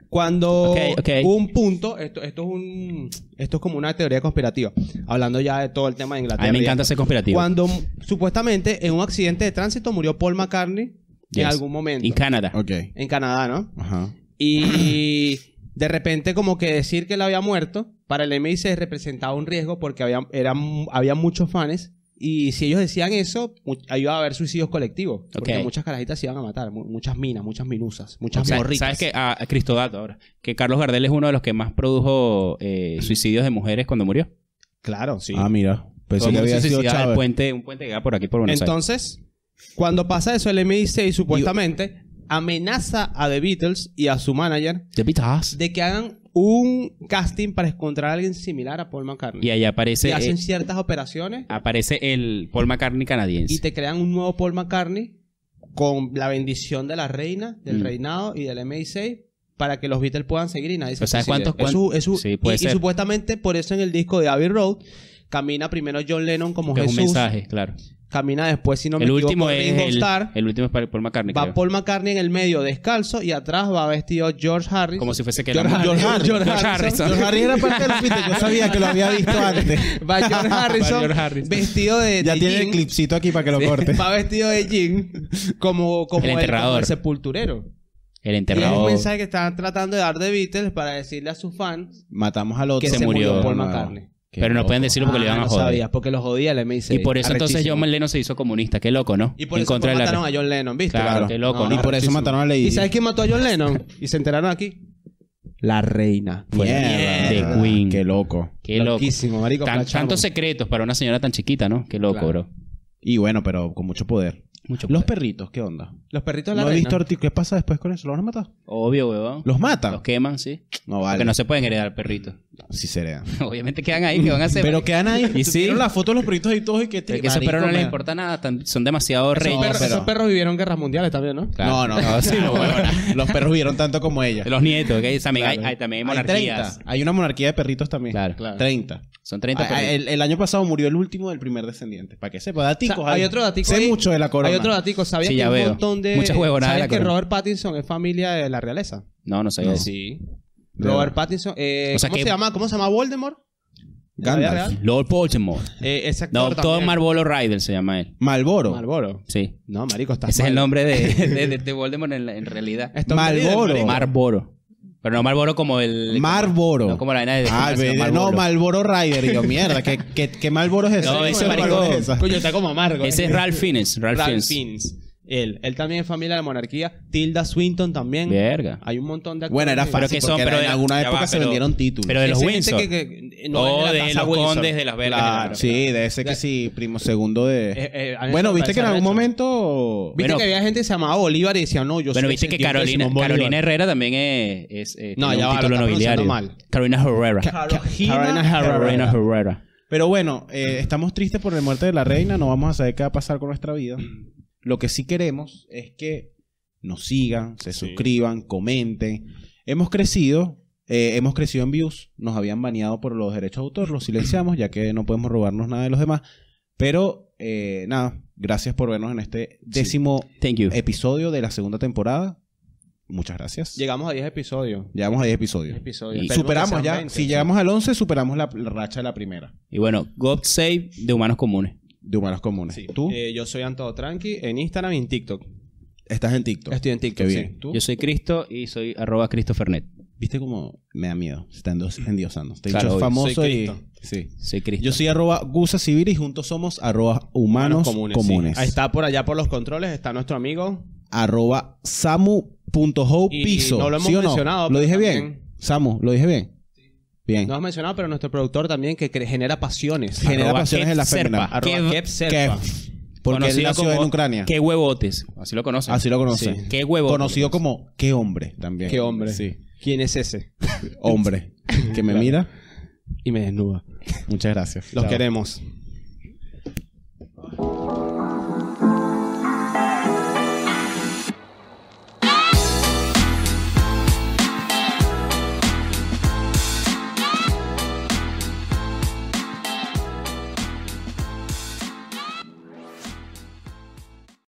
Speaker 3: cuando
Speaker 4: Ok, ok.
Speaker 3: hubo un punto, esto, esto es un esto es como una teoría conspirativa, hablando ya de todo el tema de
Speaker 4: A
Speaker 3: Inglaterra.
Speaker 4: mí me
Speaker 3: y
Speaker 4: encanta
Speaker 3: esto.
Speaker 4: ser conspirativo.
Speaker 3: Cuando m- supuestamente en un accidente de tránsito murió Paul McCartney
Speaker 4: Yes.
Speaker 3: en algún momento.
Speaker 4: En Canadá.
Speaker 2: Ok.
Speaker 3: en Canadá, ¿no?
Speaker 2: Ajá.
Speaker 3: Y de repente como que decir que él había muerto para el MI6 representaba un riesgo porque había, eran, había muchos fans y si ellos decían eso, mu- ahí iba a haber suicidios colectivos. Porque
Speaker 4: Ok.
Speaker 3: muchas carajitas se iban a matar, mu- muchas minas, muchas minusas, muchas
Speaker 4: O sea,
Speaker 3: morritas.
Speaker 4: ¿Sabes que A a Cristodato ahora. Que Carlos Gardel es uno de los que más produjo eh, suicidios de mujeres cuando murió.
Speaker 3: Claro, sí.
Speaker 2: Ah, mira. Pensé
Speaker 4: Todo el
Speaker 2: que
Speaker 4: mundo
Speaker 2: había
Speaker 4: se pues,
Speaker 2: sido
Speaker 4: suicidaba del
Speaker 2: Chávez.
Speaker 4: puente, un puente que va por aquí, por Buenos Aires.
Speaker 3: Entonces, cuando pasa eso, el MI6 supuestamente amenaza a The Beatles y a su manager
Speaker 4: The Beatles.
Speaker 3: de que hagan un casting para encontrar a alguien similar a Paul McCartney.
Speaker 4: Y ahí
Speaker 3: y
Speaker 4: aparece,
Speaker 3: hacen
Speaker 4: eh,
Speaker 3: ciertas operaciones
Speaker 4: aparece el Paul McCartney canadiense.
Speaker 3: y te crean un nuevo Paul McCartney con la bendición de la reina, del
Speaker 4: Mm. reinado
Speaker 3: reinado y del MI6 para que los Beatles puedan seguir y nadie se
Speaker 4: Pero ¿sabes
Speaker 3: suicide.
Speaker 4: cuántos-
Speaker 3: Eso- eso-
Speaker 4: Sí, puede
Speaker 3: y, y
Speaker 4: ser.
Speaker 3: supuestamente por eso en el disco de Abbey Road camina primero John Lennon como
Speaker 4: que es un
Speaker 3: Jesús,
Speaker 4: mensaje, claro.
Speaker 3: camina después, si no me
Speaker 4: el
Speaker 3: equivoco,
Speaker 4: último es
Speaker 3: Ringo
Speaker 4: el,
Speaker 3: Starr.
Speaker 4: el último es para Paul McCartney.
Speaker 3: va
Speaker 4: creo.
Speaker 3: Paul McCartney en el medio descalzo y atrás va vestido George Harris.
Speaker 4: Como si fuese que
Speaker 3: George
Speaker 4: la-
Speaker 3: Harrison.
Speaker 4: George
Speaker 3: George
Speaker 4: Harrison.
Speaker 3: Harrison.
Speaker 2: Los Harry era parte del
Speaker 3: *laughs*
Speaker 2: Twitter, yo sabía que lo había visto antes.
Speaker 4: *laughs*
Speaker 3: Va George Harrison,
Speaker 4: George Harrison.
Speaker 3: vestido de,
Speaker 2: Ya
Speaker 3: de
Speaker 2: tiene el
Speaker 3: jean.
Speaker 2: clipcito aquí para que lo
Speaker 3: *laughs*
Speaker 2: corte.
Speaker 3: Va vestido de jean como, como
Speaker 4: El enterrador.
Speaker 3: como el sepulturero.
Speaker 4: El
Speaker 3: Y es un
Speaker 4: enterrado.
Speaker 3: mensaje que están tratando de dar de Beatles para decirle a sus fans
Speaker 2: Matamos al otro.
Speaker 3: que se, murió, Paul
Speaker 2: Nuevo.
Speaker 3: McCartney.
Speaker 2: Qué
Speaker 4: Pero no
Speaker 2: loco.
Speaker 4: pueden decirlo porque le van
Speaker 3: Ah,
Speaker 4: a
Speaker 3: no
Speaker 4: joder.
Speaker 3: sabías, porque los jodía el M16.
Speaker 4: Y por eso entonces
Speaker 3: Arrechísimo.
Speaker 4: John Lennon se hizo comunista. Qué loco, ¿no?
Speaker 3: Y por
Speaker 4: En
Speaker 3: eso
Speaker 4: contra de la-
Speaker 3: mataron a John Lennon, ¿viste?
Speaker 4: Claro,
Speaker 2: Claro.
Speaker 4: qué loco,
Speaker 2: Y
Speaker 4: ¿no?
Speaker 2: por eso mataron a Lady.
Speaker 3: ¿Y sabes quién mató a John Lennon? Y se enteraron aquí. La reina.
Speaker 4: Fue
Speaker 2: Mierda.
Speaker 4: de Queen.
Speaker 2: Qué loco.
Speaker 4: Qué loco.
Speaker 3: Loquísimo, marico.
Speaker 4: Tan-
Speaker 3: flashamos.
Speaker 4: tantos secretos para una señora tan chiquita, ¿no? Qué loco,
Speaker 3: Claro.
Speaker 4: bro.
Speaker 2: Y bueno, pero con mucho poder.
Speaker 4: Mucho
Speaker 2: Los
Speaker 4: poder.
Speaker 2: perritos, ¿qué onda?
Speaker 3: Los perritos de la
Speaker 2: No he
Speaker 3: reina.
Speaker 2: visto artículos. ¿Qué pasa después con eso? ¿Los van a matar?
Speaker 4: Obvio, huevón.
Speaker 2: ¿Los matan?
Speaker 4: Los queman, sí.
Speaker 2: No
Speaker 4: Porque
Speaker 2: vale.
Speaker 4: no se pueden heredar perritos.
Speaker 2: Sí sería.
Speaker 4: *laughs* Obviamente quedan ahí, que van a hacer?
Speaker 2: Pero quedan ahí.
Speaker 4: Y
Speaker 2: Te
Speaker 4: sí.
Speaker 2: vieron las fotos de los perritos y todo y que
Speaker 4: Pero que esos perros no les importa nada, tan- son demasiado
Speaker 3: Esos,
Speaker 4: reyes.
Speaker 3: perros,
Speaker 2: pero-
Speaker 3: esos perros vivieron guerras mundiales también, ¿no?
Speaker 2: No, no, no.
Speaker 4: sí,
Speaker 2: no, huevona. *laughs* los perros vivieron tanto como ella.
Speaker 4: Los nietos, que también, hay,
Speaker 2: Claro.
Speaker 4: hay- también hay
Speaker 2: Hay
Speaker 4: monarquías.
Speaker 2: 30. Hay una monarquía de perritos también.
Speaker 4: Claro.
Speaker 2: 30.
Speaker 4: Son 30
Speaker 2: Ah,
Speaker 4: perritos.
Speaker 2: el, el año pasado murió el último del primer descendiente. Para que sepa, daticos.
Speaker 3: O sea, hay
Speaker 2: ahí.
Speaker 3: otro datico
Speaker 2: Sé
Speaker 3: ahí.
Speaker 2: mucho de la corona.
Speaker 3: Hay otro datico. ¿Sabías
Speaker 4: Sí,
Speaker 3: que
Speaker 4: ya
Speaker 3: hay un
Speaker 4: veo.
Speaker 3: montón de...
Speaker 4: Muchas huevonadas de la
Speaker 3: ¿Sabías que
Speaker 4: corona.
Speaker 3: Robert Pattinson es familia de la realeza?
Speaker 4: No, no sabía
Speaker 2: No.
Speaker 4: decir.
Speaker 3: Sí.
Speaker 2: Verdad.
Speaker 3: Robert Pattinson... eh,
Speaker 4: O sea
Speaker 3: ¿cómo,
Speaker 4: que-
Speaker 3: se llama, ¿Cómo se llama Voldemort?
Speaker 2: Gandalf.
Speaker 3: ¿Real?
Speaker 4: Lord Baltimore.
Speaker 3: Eh, ese
Speaker 4: No,
Speaker 3: actor
Speaker 4: todo
Speaker 3: también.
Speaker 4: Marlboro Rider se llama él.
Speaker 2: Malboro.
Speaker 3: Marlboro.
Speaker 4: Sí.
Speaker 3: No, marico, estás
Speaker 4: Ese es el
Speaker 3: mal.
Speaker 4: nombre de, de,
Speaker 3: *laughs*
Speaker 4: de- de Voldemort en, la- en realidad.
Speaker 3: Está
Speaker 2: Marlboro.
Speaker 3: perdido, marico.
Speaker 4: Marlboro. Pero no Marlboro como el...
Speaker 2: Marlboro.
Speaker 4: No como la vaina de... *laughs*
Speaker 2: Ah,
Speaker 4: sino
Speaker 2: ve- no, Malboro Rider. Y yo, mierda,
Speaker 4: *laughs*
Speaker 2: ¿qué, qué, qué Malboro es ese?
Speaker 4: No,
Speaker 2: ¿Qué
Speaker 4: ese
Speaker 2: Marlboro
Speaker 4: maricón.
Speaker 2: es esa?
Speaker 3: Coño, está como amargo.
Speaker 4: Ese es Ralph Fiennes. Ralph,
Speaker 3: Ralph
Speaker 4: Fiennes.
Speaker 3: Fiennes. Él. Él también es familia de la monarquía. Tilda Swinton también.
Speaker 4: Verga.
Speaker 3: Hay un montón de actores.
Speaker 2: Bueno, era
Speaker 3: que-
Speaker 2: fácil
Speaker 4: que son,
Speaker 2: porque era-
Speaker 4: pero
Speaker 2: en
Speaker 4: de-
Speaker 2: alguna
Speaker 4: ya
Speaker 2: época
Speaker 4: va,
Speaker 2: se
Speaker 4: pero-
Speaker 2: vendieron títulos.
Speaker 4: Pero de los
Speaker 3: Esa
Speaker 4: Windsor.
Speaker 3: gente que- que- no
Speaker 4: o
Speaker 3: es la
Speaker 4: Oh, de
Speaker 3: casa
Speaker 4: los
Speaker 3: Windsor.
Speaker 4: condes de las vergas.
Speaker 3: Claro.
Speaker 4: claro.
Speaker 2: sí, de ese que sí, primo segundo de...
Speaker 3: Eh, eh, a mí
Speaker 2: bueno,
Speaker 3: me
Speaker 2: viste que en
Speaker 3: parece
Speaker 2: algún
Speaker 3: arrecho.
Speaker 2: momento...
Speaker 3: Viste
Speaker 4: Bueno.
Speaker 3: que había gente que se llamaba Bolívar y decía, no,
Speaker 4: Bueno,
Speaker 3: yo soy
Speaker 4: viste que
Speaker 3: descendiente de
Speaker 4: Carolina,
Speaker 3: Simón Bolívar.
Speaker 4: Carolina Herrera también es, es- eh,
Speaker 3: No,
Speaker 4: tiene
Speaker 3: ya
Speaker 4: un título
Speaker 3: va, lo está pronunciando
Speaker 4: nobiliario.
Speaker 3: mal.
Speaker 4: Carolina Herrera.
Speaker 3: Ca- Ca-
Speaker 2: Carolina Herrera.
Speaker 4: Carolina Herrera.
Speaker 2: Pero bueno, eh, estamos tristes por la muerte de la reina, no vamos a saber qué va a pasar con nuestra vida. Mm. Lo que sí queremos es que nos sigan, se suscriban, comenten. Hemos crecido, eh, hemos crecido en views, nos habían baneado por los derechos de autor, los silenciamos ya que no podemos robarnos nada de los demás. Pero eh, nada, gracias por vernos en este décimo
Speaker 4: Thank
Speaker 2: Eh,
Speaker 4: you.
Speaker 2: episodio de la segunda temporada. Muchas gracias.
Speaker 3: Llegamos a 10 episodios.
Speaker 2: Llegamos a 10 episodios.
Speaker 3: episodios.
Speaker 4: Y
Speaker 3: Esperemos que
Speaker 2: Superamos
Speaker 3: sean
Speaker 2: ya,
Speaker 3: 20.
Speaker 2: si llegamos al 11, superamos la, la racha de la primera,
Speaker 4: Y bueno, God Save de Humanos Comunes.
Speaker 2: de Humanos Comunes.
Speaker 3: Sí.
Speaker 2: ¿Tú?
Speaker 3: Eh, yo soy Anto Tranqui en Instagram y en TikTok.
Speaker 2: Estás en TikTok.
Speaker 3: Estoy en TikTok,
Speaker 2: Qué
Speaker 3: sí.
Speaker 2: bien.
Speaker 3: ¿Tú?
Speaker 4: Yo soy Cristo y soy arroba Cristofernet.
Speaker 2: Viste como me da miedo. Se está endos- endiosando. Este
Speaker 4: Claro,
Speaker 2: dicho es
Speaker 4: obvio.
Speaker 2: famoso
Speaker 3: Mm. Soy
Speaker 2: y.
Speaker 3: Cristo.
Speaker 2: Sí.
Speaker 4: Soy Cristo.
Speaker 2: Yo soy arroba Gusa Civil y juntos somos arroba humanos comunes.
Speaker 3: sí. Ahí está por allá por los controles, está nuestro amigo.
Speaker 2: Arroba samu.how
Speaker 3: Y
Speaker 2: piso.
Speaker 3: no lo hemos
Speaker 2: ¿Sí o no?
Speaker 3: mencionado,
Speaker 2: ¿Lo
Speaker 3: pero
Speaker 2: dije bien?
Speaker 3: también-
Speaker 2: Samu, ¿lo dije bien? Bien.
Speaker 3: No has mencionado, pero nuestro productor también que cre- genera pasiones.
Speaker 2: Genera
Speaker 4: Arroba
Speaker 2: pasiones
Speaker 4: Kev
Speaker 2: en la
Speaker 4: Serpa.
Speaker 2: femina.
Speaker 3: Arroba
Speaker 4: Kev-
Speaker 3: Kev Serpa.
Speaker 2: Kev. Porque él
Speaker 4: Conocido
Speaker 2: nació
Speaker 4: como-
Speaker 2: en Ucrania.
Speaker 4: Qué huevotes. Así lo conocen.
Speaker 2: Así lo conocen.
Speaker 4: Sí. Qué huevotes.
Speaker 2: Conocido como qué hombre también.
Speaker 3: Qué hombre.
Speaker 2: Sí.
Speaker 3: ¿Quién es ese?
Speaker 4: *laughs*
Speaker 2: Hombre. que me mira.
Speaker 3: Y me desnuda.
Speaker 2: Muchas gracias.
Speaker 3: Los
Speaker 2: Chao.
Speaker 3: queremos.